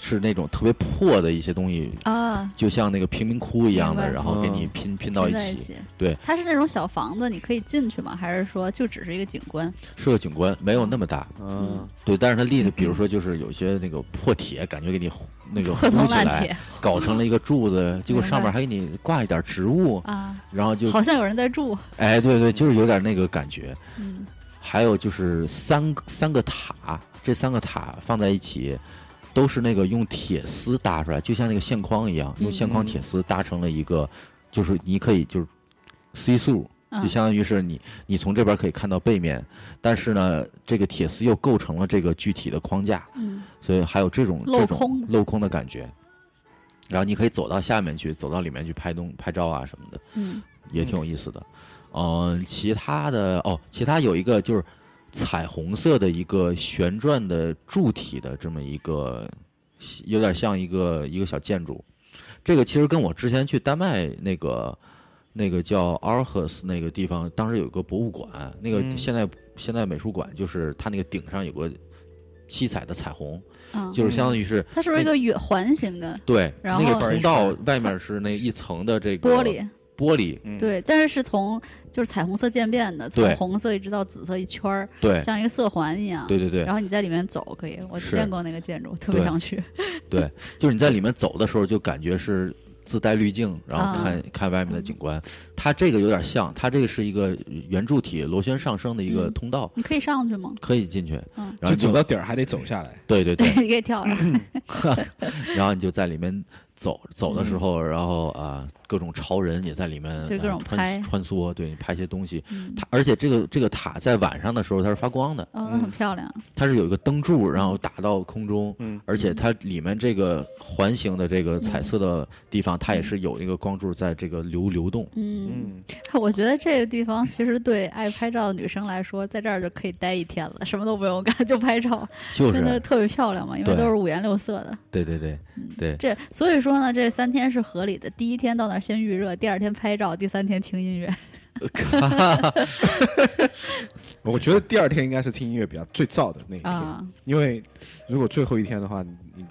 Speaker 5: 是那种特别破的一些东西，
Speaker 4: 啊，
Speaker 5: 就像那个贫民窟一样
Speaker 4: 明
Speaker 5: 的，
Speaker 4: 白
Speaker 5: 然后给你
Speaker 3: 嗯
Speaker 5: 拼拼到
Speaker 4: 拼
Speaker 5: 一
Speaker 4: 在一
Speaker 5: 起，
Speaker 4: 起。
Speaker 5: 对，
Speaker 4: 它是那种小房子，你可以进去吗？还是说就只是一个景观？
Speaker 5: 是个景观，没有那么大，
Speaker 3: 嗯，
Speaker 5: 对，但是它立的，比如说就是有些那个破铁，感觉给你糊那
Speaker 4: *laughs*
Speaker 5: 个糊
Speaker 4: 破铜
Speaker 5: 起
Speaker 4: 烂
Speaker 5: 来，
Speaker 4: 铁
Speaker 5: 搞成了一个柱子，结果
Speaker 4: 明
Speaker 5: 上面
Speaker 4: 白
Speaker 5: 还给你挂一点植物，
Speaker 4: 啊，
Speaker 5: 然后就
Speaker 4: 好像有人在住。
Speaker 5: 哎，对对，就是有点那个感觉。
Speaker 4: 嗯，
Speaker 5: 还有就是三个三个塔，这三个塔放在一起，都是那个用铁丝搭出来，就像那个线框一样，用线框
Speaker 3: 嗯
Speaker 5: 铁丝搭成了一个，就是你可以就是 see through，
Speaker 4: 嗯
Speaker 5: 就相当于是你你从这边可以看到背面，但是呢，这个铁丝又构成了这个具体的框架。
Speaker 4: 嗯，
Speaker 5: 所以还有这种
Speaker 4: 镂
Speaker 5: 这种
Speaker 4: 空的
Speaker 5: 镂空的感觉。然后你可以走到下面去，走到里面去拍东拍照啊什么的，
Speaker 4: 嗯，
Speaker 5: 也挺有意思的。嗯、其他的哦，其他有一个就是彩虹色的一个旋转的柱体的这么一个，有点像一个一个小建筑。这个其实跟我之前去丹麦那个那个叫 Aarhus 那个地方，当时有个博物馆，那个
Speaker 3: 嗯
Speaker 5: 现在、现在美术馆就是它那个顶上有个七彩的彩虹，
Speaker 4: 啊，
Speaker 5: 就是相当于是
Speaker 4: 它是不是一个圆环形的
Speaker 5: 对，
Speaker 4: 然
Speaker 5: 那个
Speaker 4: 后
Speaker 5: 通道外面是那一层的这个
Speaker 4: 玻璃？
Speaker 5: 玻璃，
Speaker 3: 嗯，
Speaker 4: 对，但是是从就是彩虹色渐变的，从
Speaker 5: 对
Speaker 4: 红色一直到紫色一圈儿，
Speaker 5: 对
Speaker 4: 像一个色环一样。
Speaker 5: 对对对
Speaker 4: 然后你在里面走可以，我
Speaker 5: 是
Speaker 4: 见过那个建筑，特别
Speaker 5: 对
Speaker 4: 想去。
Speaker 5: 对，就是你在里面走的时候就感觉是自带滤镜，然
Speaker 4: 嗯
Speaker 5: 后看、看外面的景观。它这个有点像，它这个是一个圆柱体螺旋上升的一个
Speaker 4: 嗯
Speaker 5: 通道，
Speaker 4: 你可以上去吗？
Speaker 5: 可以进去，
Speaker 4: 嗯
Speaker 5: 然
Speaker 3: 就
Speaker 5: 后你
Speaker 3: 走到底儿还得走下来，
Speaker 5: 对对对，
Speaker 4: *laughs* 你可以跳下
Speaker 5: *laughs*
Speaker 4: 来。
Speaker 5: 然后你就在里面走走的时候，然后啊、各种超人也在里面
Speaker 4: 嗯就各
Speaker 5: 呃
Speaker 4: 种拍
Speaker 5: 穿穿梭，对你拍些东西。
Speaker 4: 嗯
Speaker 5: 它而且这个这个塔在晚上的时候它是发光的，
Speaker 4: 哦，那很漂亮。
Speaker 5: 它是有一个灯柱，然后打到空中，
Speaker 3: 嗯
Speaker 5: 而且它里面这个环形的这个彩色的地方，它也是有一个光柱在这个流流动，
Speaker 4: 嗯， *laughs* 我觉得这个地方其实对爱拍照的女生来说，在这儿就可以待一天了，什么都不用干，就拍照，
Speaker 5: 就
Speaker 4: 真的
Speaker 5: 是
Speaker 4: 特别漂亮嘛，因为
Speaker 5: 对
Speaker 4: 都是五颜六色的。
Speaker 5: 对对对对
Speaker 4: 这所以说呢，这三天是合理的。第一天到那儿先预热，第二天拍照，第三天听音乐。
Speaker 3: 我觉得第二天应该是听音乐比较最燥的那一天，
Speaker 4: 啊，
Speaker 3: 因为如果最后一天的话，你你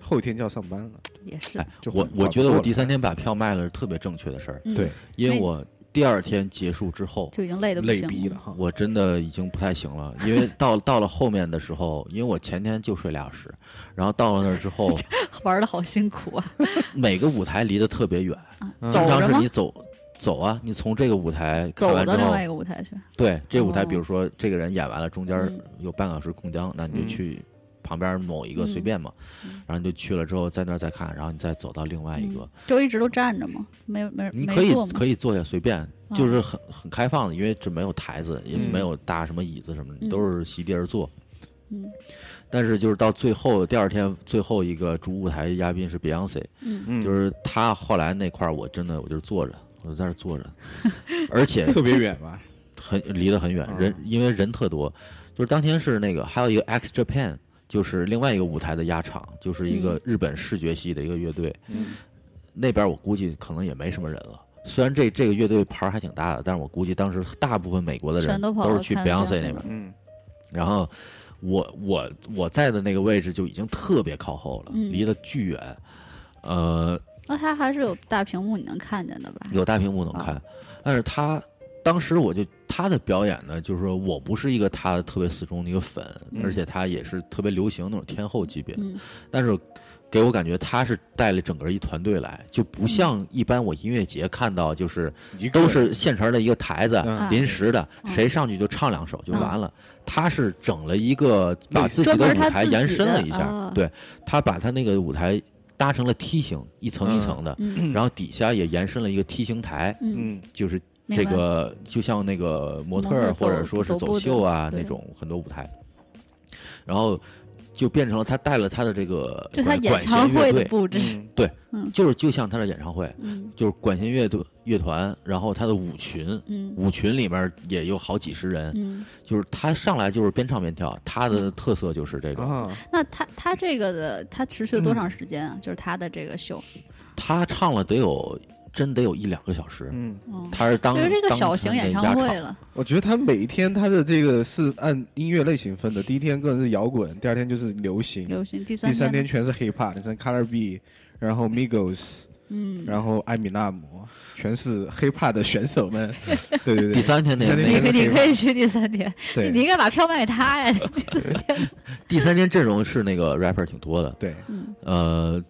Speaker 3: 后天就要上班了，
Speaker 4: 也是
Speaker 5: 哎，
Speaker 3: 就
Speaker 5: 我
Speaker 3: 很
Speaker 5: 我
Speaker 3: 好
Speaker 5: 觉得
Speaker 3: 过
Speaker 5: 我
Speaker 3: 了
Speaker 5: 第三天把票卖了是特别正确的事儿，
Speaker 4: 嗯
Speaker 3: 对
Speaker 5: 因为
Speaker 4: 那
Speaker 5: 我第二天结束之后，
Speaker 4: 就已经累得不
Speaker 3: 累
Speaker 4: 行
Speaker 3: 逼了哈，
Speaker 5: 我真的已经不太行了，因为到到了后面的时候，因为我前天就睡俩小时，然后到了那儿之
Speaker 4: *laughs*
Speaker 5: 后，
Speaker 4: 玩的好辛苦啊！
Speaker 5: 每个舞台离得特别远，
Speaker 3: 嗯
Speaker 4: 走
Speaker 5: 经常
Speaker 4: 着
Speaker 5: 是
Speaker 4: 吗
Speaker 5: 你？走走啊，你从这个舞台看
Speaker 4: 走
Speaker 5: 完之
Speaker 4: 到另
Speaker 5: 后
Speaker 4: 外一。个舞台去。
Speaker 5: 对，这舞台，
Speaker 4: 哦
Speaker 5: 比如说这个人演完了，中间
Speaker 4: 嗯
Speaker 5: 有半个小时空档，那你就
Speaker 3: 嗯
Speaker 5: 去旁边某一个
Speaker 4: 嗯
Speaker 5: 随便嘛
Speaker 4: 嗯，
Speaker 5: 然后你就去了之后，在那儿再看，然后你再走到另外一个
Speaker 4: 嗯，就一直都站着吗？没有没有
Speaker 5: 你
Speaker 4: 没
Speaker 5: 可以
Speaker 4: 坐吗？
Speaker 5: 可以坐下随便，就是
Speaker 4: 啊
Speaker 5: 很很开放的，因为这没有台子，也
Speaker 3: 嗯
Speaker 5: 没有搭什么椅子什么的，
Speaker 4: 嗯
Speaker 5: 你都是席地而坐。
Speaker 4: 嗯
Speaker 5: 但是就是到最后第二天最后一个主舞台嘉宾是 Beyonce，
Speaker 4: 嗯
Speaker 3: 嗯
Speaker 5: 就是他后来那块儿我真的我就是坐着，我就在那儿坐
Speaker 4: *laughs*
Speaker 5: 着，而且
Speaker 3: 特别远 *laughs* 吧，
Speaker 5: 很离得很远
Speaker 3: 啊，
Speaker 5: 人因为人特多，就是当天是那个还有一个 X Japan，就是另外一个舞台的压场，就是一个日本视觉系的一个乐队，
Speaker 3: 嗯
Speaker 5: 那边我估计可能也没什么人了，虽然这这个乐队牌儿还挺大的，但是我估计当时大部分美国的人
Speaker 4: 全都跑
Speaker 5: 都是去
Speaker 4: 看
Speaker 5: Beyonce 那
Speaker 4: Beyonce
Speaker 5: 边
Speaker 4: 了
Speaker 5: 儿，
Speaker 3: 嗯，
Speaker 5: 然后我我我在的那个位置就已经特别靠后了，
Speaker 4: 嗯
Speaker 5: 离得巨远，呃，
Speaker 4: 那它哦还是有大屏幕你能看见的吧？
Speaker 5: 有大屏幕能
Speaker 4: 啊
Speaker 5: 看，但是他当时我就他的表演呢，就是说我不是一个他特别死忠的一个粉，
Speaker 3: 嗯
Speaker 5: 而且他也是特别流行那种天后级别，
Speaker 4: 嗯
Speaker 5: 但是给我感觉他是带了整个一团队来，就
Speaker 4: 嗯
Speaker 5: 不像一般我音乐节看到就是
Speaker 3: 一个
Speaker 5: 都
Speaker 3: 人
Speaker 5: 是现成的一个台子。
Speaker 3: 嗯
Speaker 4: 啊
Speaker 5: 临时的，
Speaker 4: 嗯
Speaker 5: 谁上去就唱两首就完了。他是整了一个把自己
Speaker 4: 嗯专
Speaker 5: 的
Speaker 4: 门
Speaker 5: 舞
Speaker 4: 他
Speaker 5: 台
Speaker 4: 自己
Speaker 5: 延伸了一
Speaker 4: 的
Speaker 5: 下
Speaker 4: 啊，
Speaker 5: 对他把他那个舞台搭成了梯形，一层一
Speaker 3: 嗯
Speaker 5: 层的， *clears throat*
Speaker 4: 嗯
Speaker 5: 然后底下也延伸了一个梯形台，
Speaker 4: 嗯，
Speaker 3: 嗯
Speaker 5: 就是
Speaker 4: 明
Speaker 5: 这
Speaker 4: 白
Speaker 5: 个就像那个模
Speaker 4: 模
Speaker 5: 特
Speaker 4: 特
Speaker 5: 儿
Speaker 4: 走
Speaker 5: 或者说是
Speaker 4: 走
Speaker 5: 走
Speaker 4: 步的
Speaker 5: 秀啊
Speaker 4: 对
Speaker 5: 那种很多舞台，然后就变成了他带了他的这个
Speaker 4: 就它
Speaker 5: 管
Speaker 4: 演
Speaker 5: 管
Speaker 4: 唱
Speaker 5: 弦乐
Speaker 4: 会的
Speaker 5: 队，
Speaker 4: 布置，
Speaker 3: 嗯
Speaker 5: 就是就像他的演唱会，
Speaker 4: 嗯
Speaker 5: 就是管弦乐队乐团，然后他的舞群。
Speaker 4: 嗯
Speaker 5: 舞群里面也有好几十人，
Speaker 4: 嗯。
Speaker 5: 就是他上来就是边唱边跳，他的特色就是这种。
Speaker 3: 啊，
Speaker 4: 那它它这个的它持续了
Speaker 5: 嗯
Speaker 4: 多长时间啊？就是它的这个秀，
Speaker 5: 他唱了得有真得有一两个小时，
Speaker 3: 嗯，
Speaker 4: 嗯，
Speaker 5: 他是当
Speaker 4: 就是这个
Speaker 5: 当
Speaker 4: 小
Speaker 5: 成
Speaker 4: 型
Speaker 5: 这
Speaker 4: 演
Speaker 5: 压
Speaker 4: 唱
Speaker 5: 场
Speaker 4: 会了。
Speaker 3: 我觉得他每一天他的这个是按音乐类型分的，第一天个人是摇滚，第二天就是流行，
Speaker 4: 流行第三
Speaker 3: 第三天全
Speaker 4: 天，
Speaker 3: 是 hip hop，像 Color B，然后 Migos，
Speaker 4: 嗯，
Speaker 3: 然后艾米纳姆，全是 hip hop 的选手
Speaker 5: *laughs*
Speaker 3: 们。对对对，
Speaker 5: 第三天那
Speaker 3: 第三天
Speaker 4: 你
Speaker 5: 那个
Speaker 4: 可
Speaker 3: 那个可以
Speaker 4: 你可以去第三
Speaker 5: *laughs*
Speaker 4: 天，你你
Speaker 3: 对
Speaker 4: 应该把票卖给他呀。
Speaker 5: 第三天阵容是那个 rapper 挺多的，
Speaker 3: 对，
Speaker 4: 嗯
Speaker 5: 呃，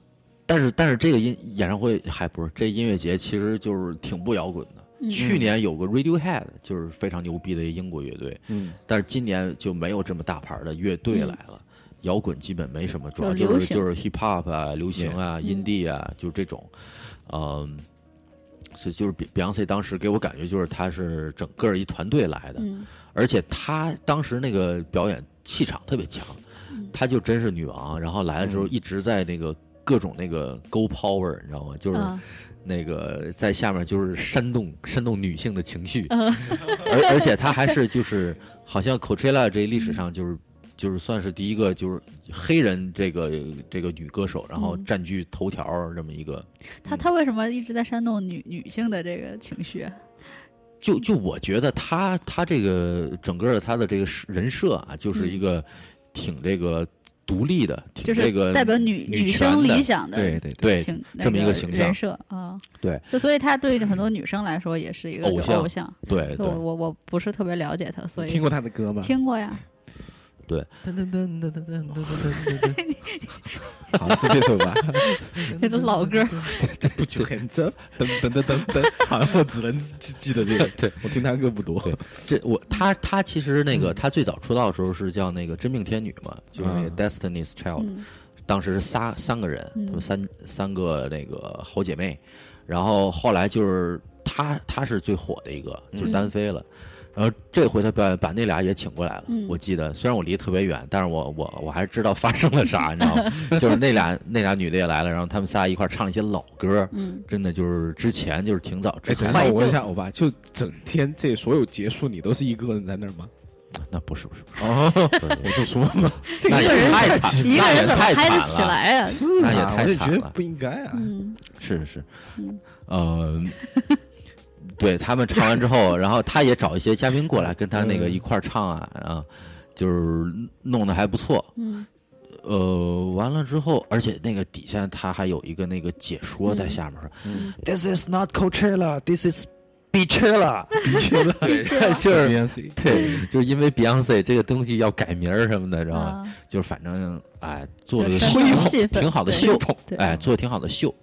Speaker 5: 但是但是这个音演唱会还不是这音乐节，其实就是挺不摇滚的。
Speaker 4: 嗯
Speaker 5: 去年有个 Radiohead，就是非常牛逼的一英国乐队，
Speaker 3: 嗯，
Speaker 5: 但是今年就没有这么大牌儿的乐队来了。摇滚基本没什么，主要
Speaker 4: 嗯就是
Speaker 5: 就
Speaker 4: 流
Speaker 5: 是
Speaker 4: 行
Speaker 5: 就是 hip hop 啊、流行啊、
Speaker 4: 嗯
Speaker 5: indie 啊，就这种，嗯，所以就是 Be- Beyonce 当时给我感觉就是他是整个一团队来的，
Speaker 4: 嗯
Speaker 5: 而且她当时那个表演气场特别强，她就真是女王。然后来的时候
Speaker 3: 嗯
Speaker 5: 一直在那个各种那个 go power，你知道吗？就是
Speaker 4: 啊
Speaker 5: 那个在下面就是煽动 *laughs* 煽动女性的情绪，
Speaker 4: *laughs* 嗯
Speaker 5: 而而且她还是就是好像 Coachella 这历史上就是。就是算是第一个，就是黑人这个这个女歌手，然后
Speaker 4: 嗯
Speaker 5: 占据头条儿这么一个，
Speaker 4: 他他为什么一直在煽动女女性的这个情绪啊？
Speaker 5: 就就我觉得他他这个整个的他的这个是人设啊，就是一个挺这个独立的，
Speaker 4: 嗯就
Speaker 5: 挺这个
Speaker 4: 是代表
Speaker 5: 女
Speaker 4: 女
Speaker 5: 权
Speaker 4: 生
Speaker 5: 的
Speaker 4: 理想
Speaker 3: 对
Speaker 4: 的
Speaker 3: 对对，
Speaker 5: 对
Speaker 4: 情
Speaker 5: 这么一
Speaker 4: 那
Speaker 5: 个
Speaker 4: 个
Speaker 5: 形象
Speaker 4: 人设啊。
Speaker 5: 对，
Speaker 4: 就所以他对很多女生来说也是一个
Speaker 5: 偶
Speaker 4: 就
Speaker 5: 像
Speaker 4: 偶像。我
Speaker 5: 对对
Speaker 4: 我我不是特别了解他，所
Speaker 3: 你听
Speaker 4: 以
Speaker 3: 过他的歌吗？
Speaker 4: 听过呀。
Speaker 3: 噔噔噔噔噔噔噔噔噔噔，好像是这首
Speaker 5: *laughs*
Speaker 3: 吧？
Speaker 5: 嗯
Speaker 4: 这都 *laughs* 老歌，
Speaker 3: 这不就很正？噔噔噔噔噔，好像我只能记记得这
Speaker 5: *laughs*
Speaker 3: 个。对，我听他歌不多。
Speaker 5: 这我他他其实那
Speaker 4: 嗯
Speaker 5: 个他最早出道的时候是叫那个真命天女嘛，就是那个
Speaker 3: 嗯
Speaker 5: Destiny's Child，、
Speaker 4: 嗯
Speaker 5: 当时是仨三个人，
Speaker 4: 嗯
Speaker 5: 他们三三个那个好姐妹，然后后来就是她她是最火的一个，
Speaker 4: 嗯
Speaker 5: 就是单飞了。然后这回他把把那俩也请过来了，
Speaker 4: 嗯
Speaker 5: 我记得虽然我离特别远，但是我我我还知道发生
Speaker 4: *laughs*
Speaker 5: 了啥，你知道吗？就是那俩那俩女的也来了，然后他们仨一块儿唱了一些老歌，
Speaker 4: 嗯，
Speaker 5: 真的就是之前就是挺早之
Speaker 3: 哎，
Speaker 5: 前
Speaker 3: 等一下，
Speaker 5: 的，
Speaker 3: 我问一下欧巴，就整天这所有结束，你都是一个人在那儿
Speaker 5: *laughs*
Speaker 3: 吗？
Speaker 5: 那不是不是，
Speaker 3: 哦，
Speaker 5: 不是
Speaker 3: 我就说
Speaker 5: *laughs*
Speaker 3: 嘛，
Speaker 4: 一
Speaker 5: 那
Speaker 4: 个
Speaker 5: 也
Speaker 4: 人
Speaker 5: 太惨，
Speaker 4: 一个
Speaker 5: 那也
Speaker 4: 人怎么嗨
Speaker 5: 太惨
Speaker 4: 得
Speaker 5: 了
Speaker 4: 起来
Speaker 5: *laughs*
Speaker 4: 呀？
Speaker 3: 是
Speaker 5: 那也
Speaker 3: 啊
Speaker 5: 太
Speaker 3: 我就
Speaker 5: 惨
Speaker 3: 觉得
Speaker 5: 了
Speaker 3: 不应该啊。
Speaker 4: 嗯
Speaker 5: 是是是
Speaker 4: 嗯， *laughs*
Speaker 5: 呃，对他们唱完之后，然后他也找一些嘉宾过来跟他那个
Speaker 3: 嗯
Speaker 5: 一块儿唱啊，啊，就是弄得还不错。
Speaker 4: 嗯
Speaker 5: 呃，完了之后，而且那个底下他还有一个那个解说在
Speaker 4: *laughs*
Speaker 5: 下面说、
Speaker 3: 嗯
Speaker 5: t h i s is not Coachella, this is Beachella。
Speaker 3: 的确了，
Speaker 5: *laughs*
Speaker 3: *laughs*
Speaker 5: 对，就
Speaker 3: 就是是
Speaker 5: *laughs* 对，就是因为 Beyonce 这个东西要改名儿什么的，然后、
Speaker 4: 啊，
Speaker 5: 就是反正哎，做了
Speaker 4: 就
Speaker 5: 个
Speaker 4: 是
Speaker 5: 秀
Speaker 4: 煽动气氛
Speaker 5: 挺好的
Speaker 4: 对
Speaker 5: 秀，
Speaker 4: 对
Speaker 5: 哎，做的挺好的秀。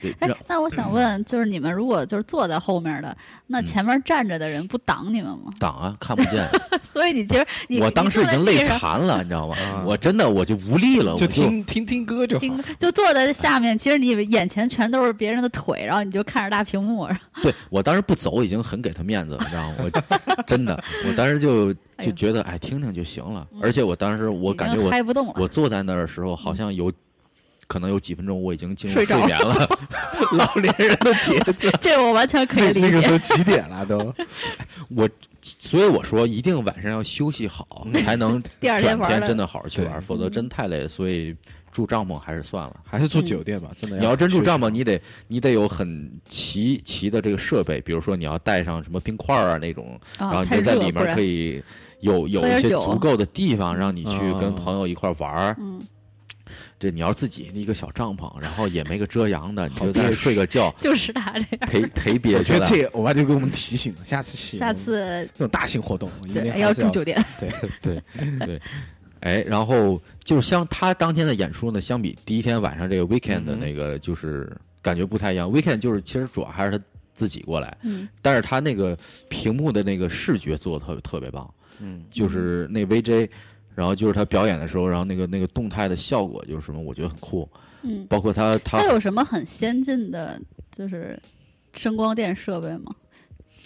Speaker 5: 对，
Speaker 4: 哎
Speaker 5: 让，
Speaker 4: 那我想问，就是你们如果就是坐在后面的，那
Speaker 5: 嗯
Speaker 4: 前面站着的人不挡你们吗？ *laughs*
Speaker 5: 挡啊，看不见。
Speaker 4: 所以你其实你
Speaker 5: 我当时已经累
Speaker 4: 惨，
Speaker 5: 残了，你知道吗
Speaker 3: 啊？
Speaker 5: 我真的我就无力了，我
Speaker 3: 就听听听歌就好。
Speaker 4: 盯就坐在下面，其实你眼前全都是别人的腿，然后你就看着大屏幕，然后
Speaker 5: 对我当时不走已经很给他面子了，你知道吗？我 *laughs* 真的，我当时就
Speaker 4: *laughs* 哎
Speaker 5: 就
Speaker 4: 呦嗯
Speaker 5: 觉得哎，听听就行了。而且我当时我
Speaker 4: 已
Speaker 5: 感觉
Speaker 4: 经
Speaker 5: 我
Speaker 4: 嗨不动了。
Speaker 5: 我坐在那儿的时候，好像有可能有几分钟我已经进入
Speaker 4: 睡
Speaker 5: 睡
Speaker 4: 着
Speaker 5: 眠了， *laughs* 老年人的节
Speaker 4: *laughs*
Speaker 5: 奏。*laughs*
Speaker 4: 这我完全可以
Speaker 3: 那
Speaker 4: 理
Speaker 3: 那个
Speaker 4: 解。 *laughs*
Speaker 3: 时候几点了都？
Speaker 5: 我所以我说一定晚上要休息好，才能
Speaker 4: *laughs* 第二天
Speaker 5: 转
Speaker 4: 玩
Speaker 5: 天
Speaker 4: 了嗯
Speaker 5: 真的好好去玩，
Speaker 3: 嗯对
Speaker 5: 否则真太累了。所以住帐篷还是算了。
Speaker 3: 还是住酒店吧，真的。
Speaker 5: 你要真住帐
Speaker 3: 篷，
Speaker 5: 篷，你得你得有很齐齐的这个设备，比如说你要带上什么冰块儿啊那种，然
Speaker 4: 啊，
Speaker 5: 后你
Speaker 4: 太
Speaker 5: 就在
Speaker 4: 热
Speaker 5: 里
Speaker 4: 不
Speaker 5: 面
Speaker 4: 然
Speaker 5: 可以有有
Speaker 4: 喝点
Speaker 5: 一些
Speaker 4: 酒
Speaker 5: 足够的地方让你去
Speaker 3: 啊
Speaker 5: 跟朋友一块儿玩儿。
Speaker 4: 嗯，
Speaker 5: 对，你要自己一个小帐篷，然后也没个遮阳的，你
Speaker 3: 好
Speaker 5: 就在那
Speaker 3: 憋
Speaker 5: 儿
Speaker 3: 屈
Speaker 5: 睡个觉，
Speaker 4: 就是他这样。
Speaker 5: 忒忒
Speaker 3: 我
Speaker 5: 憋屈
Speaker 3: 觉得
Speaker 5: 了
Speaker 3: 这。也我爸就给我们提醒了，下次起
Speaker 4: 下次
Speaker 3: 这种大型活动，一定
Speaker 4: 对
Speaker 3: 还是
Speaker 4: 要
Speaker 3: 要
Speaker 4: 住酒店， *laughs*
Speaker 5: *laughs* 哎，然后就是相他当天的演出呢，相比第一天晚上这个 weekend 的
Speaker 3: 嗯哼
Speaker 5: 那个，就是感觉不太一样。weekend 就是其实主要还是他自己过来，
Speaker 4: 嗯
Speaker 5: 但是他那个屏幕的那个视觉做的特特别棒，
Speaker 3: 嗯，
Speaker 5: 就是那 VJ，然后就是他表演的时候，然后那个那个动态的效果就是什么，我觉得很酷。
Speaker 4: 嗯，
Speaker 5: 包括他他
Speaker 4: 他有什么很先进的，就是声光电设备吗？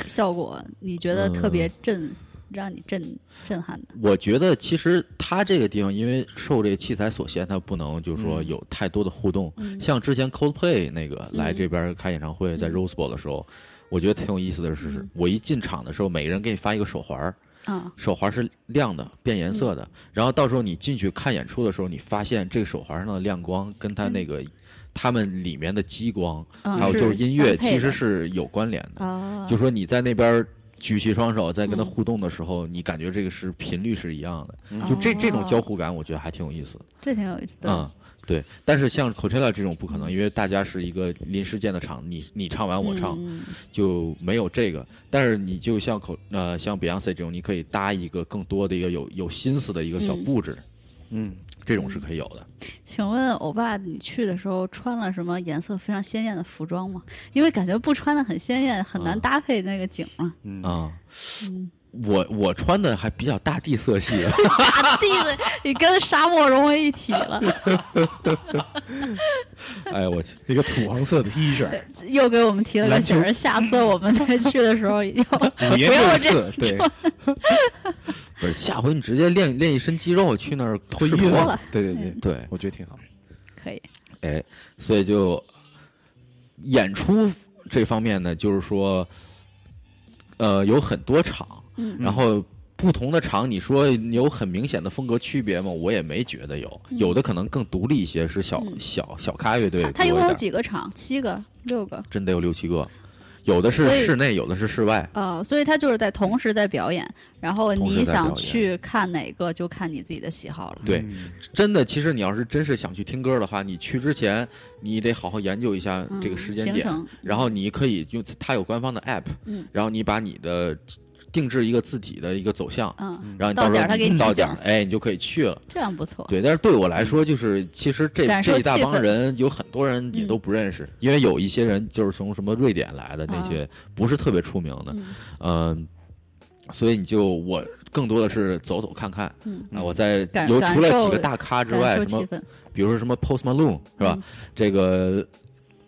Speaker 4: 效果你觉得特
Speaker 5: 嗯
Speaker 4: 别震，让你震震撼的？
Speaker 5: 我觉得其实它这个地方，因为受这个器材所限，它不能就是说
Speaker 3: 嗯
Speaker 5: 有太多的互动。
Speaker 4: 嗯
Speaker 5: 像之前 Coldplay 那个来
Speaker 4: 嗯
Speaker 5: 这边开演唱会，在
Speaker 4: 嗯
Speaker 5: Rose Bowl 的时候，我觉得挺有意思的是，
Speaker 4: 嗯
Speaker 5: 我一进场的时候，每个人给你发一个手环儿，
Speaker 4: 啊，
Speaker 5: 手环是亮的，变颜色
Speaker 4: 嗯
Speaker 5: 的。然后到时候你进去看演出的时候，你发现这个手环上的亮光跟它那个、他们里面的激光，
Speaker 4: 嗯
Speaker 5: 还有就是音乐，其实
Speaker 4: 是
Speaker 5: 是有关联的。
Speaker 4: 相配的啊，
Speaker 5: 就说你在那边举起双手，在跟他
Speaker 4: 嗯
Speaker 5: 互动的时候，你感觉这个是频率是一样的，
Speaker 3: 嗯
Speaker 5: 就这这
Speaker 4: 哦
Speaker 5: 种交互感，我觉得还挺有意思的。
Speaker 4: 这挺有意思的。
Speaker 5: 嗯，对。但是像 Coachella 这种不可能，因为大家是一个临时建的场，你你唱完我唱
Speaker 4: 嗯
Speaker 5: 就没有这个。但是你就像口呃像 Beyonce 这种，你可以搭一个更多的一个有有心思的一个小
Speaker 4: 嗯
Speaker 5: 布置，
Speaker 3: 嗯，
Speaker 5: 这种是可以有的。
Speaker 4: 请问欧巴，你去的时候穿了什么颜色非常鲜艳的服装吗？因为感觉不穿的很鲜艳，很难
Speaker 5: 啊
Speaker 4: 搭配那个景
Speaker 5: *laughs*
Speaker 4: 啊。
Speaker 5: 啊、
Speaker 4: 嗯，
Speaker 5: 我我穿的还比较大地
Speaker 4: *laughs*
Speaker 5: 色系，
Speaker 4: 大地的，你跟沙漠融为一体
Speaker 5: *laughs*
Speaker 4: 了，
Speaker 5: 哎呀我去，
Speaker 3: 一个土黄色的 T 恤，
Speaker 4: 又给我们提了个
Speaker 3: 篮
Speaker 4: 醒儿。下次我们再去的时候要 *laughs*
Speaker 3: 五年
Speaker 4: 不要
Speaker 3: 六
Speaker 4: 这
Speaker 3: 次，对，
Speaker 5: 不是下回你直接练练一身肌肉去那儿
Speaker 3: 脱衣
Speaker 5: 吃
Speaker 3: 服
Speaker 5: 播
Speaker 4: 了，
Speaker 3: 对对对，
Speaker 5: 对，
Speaker 3: 我觉得挺好。
Speaker 4: 可以，
Speaker 5: 哎，所以就演出这方面呢，就是说，呃，有很多场，
Speaker 4: 嗯
Speaker 5: 然后不同的场，你说有很明显的风格区别吗？我也没觉得有，有的可能更独立一些，是小、
Speaker 4: 嗯
Speaker 5: 小小咖乐队
Speaker 4: 他
Speaker 5: 多
Speaker 4: 他一共有
Speaker 5: 一点，
Speaker 4: 几个场？七个、六个？
Speaker 5: 真得有六七个，有的是
Speaker 4: 所以
Speaker 5: 室内，有的是室外。
Speaker 4: 呃，所以他就是在同时在表演，然后
Speaker 5: 同时
Speaker 4: 你
Speaker 5: 在表
Speaker 4: 想
Speaker 5: 演
Speaker 4: 去看哪个就看你自己的喜好了。
Speaker 5: 对，
Speaker 3: 嗯
Speaker 5: 真的，其实你要是真是想去听歌的话，你去之前你得好好研究一下
Speaker 4: 嗯
Speaker 5: 这个时间
Speaker 4: 行
Speaker 5: 点，
Speaker 4: 程
Speaker 5: 然后你可以用它有官方的 app，、
Speaker 4: 嗯
Speaker 5: 然后你把你的定制一个字体的一个走向，
Speaker 4: 嗯，
Speaker 5: 然后你
Speaker 4: 到
Speaker 5: 到时
Speaker 4: 点
Speaker 5: 候
Speaker 4: 儿它给你
Speaker 5: 到
Speaker 4: 提
Speaker 5: 点
Speaker 4: 醒
Speaker 5: 儿，哎，你就可以去了。
Speaker 4: 这样不错。
Speaker 5: 对，但是对我来说，就是其实这
Speaker 4: 感受
Speaker 5: 这一大
Speaker 4: 气氛
Speaker 5: 帮人有很多人也
Speaker 4: 嗯
Speaker 5: 都不认识，因为有一些人就是从什么瑞典来的那
Speaker 4: 啊
Speaker 5: 些不是特别出名的，
Speaker 4: 嗯
Speaker 5: 嗯，所以你就我更多的是走走看看。
Speaker 4: 嗯，
Speaker 5: 啊，我在
Speaker 4: 感
Speaker 5: 有
Speaker 4: 感
Speaker 5: 除了几
Speaker 4: 受
Speaker 5: 个大咖之
Speaker 4: 感
Speaker 5: 外，
Speaker 4: 受
Speaker 5: 什么
Speaker 4: 气氛，
Speaker 5: 比如说什么 Post Malone 是吧？
Speaker 4: 嗯
Speaker 5: 这个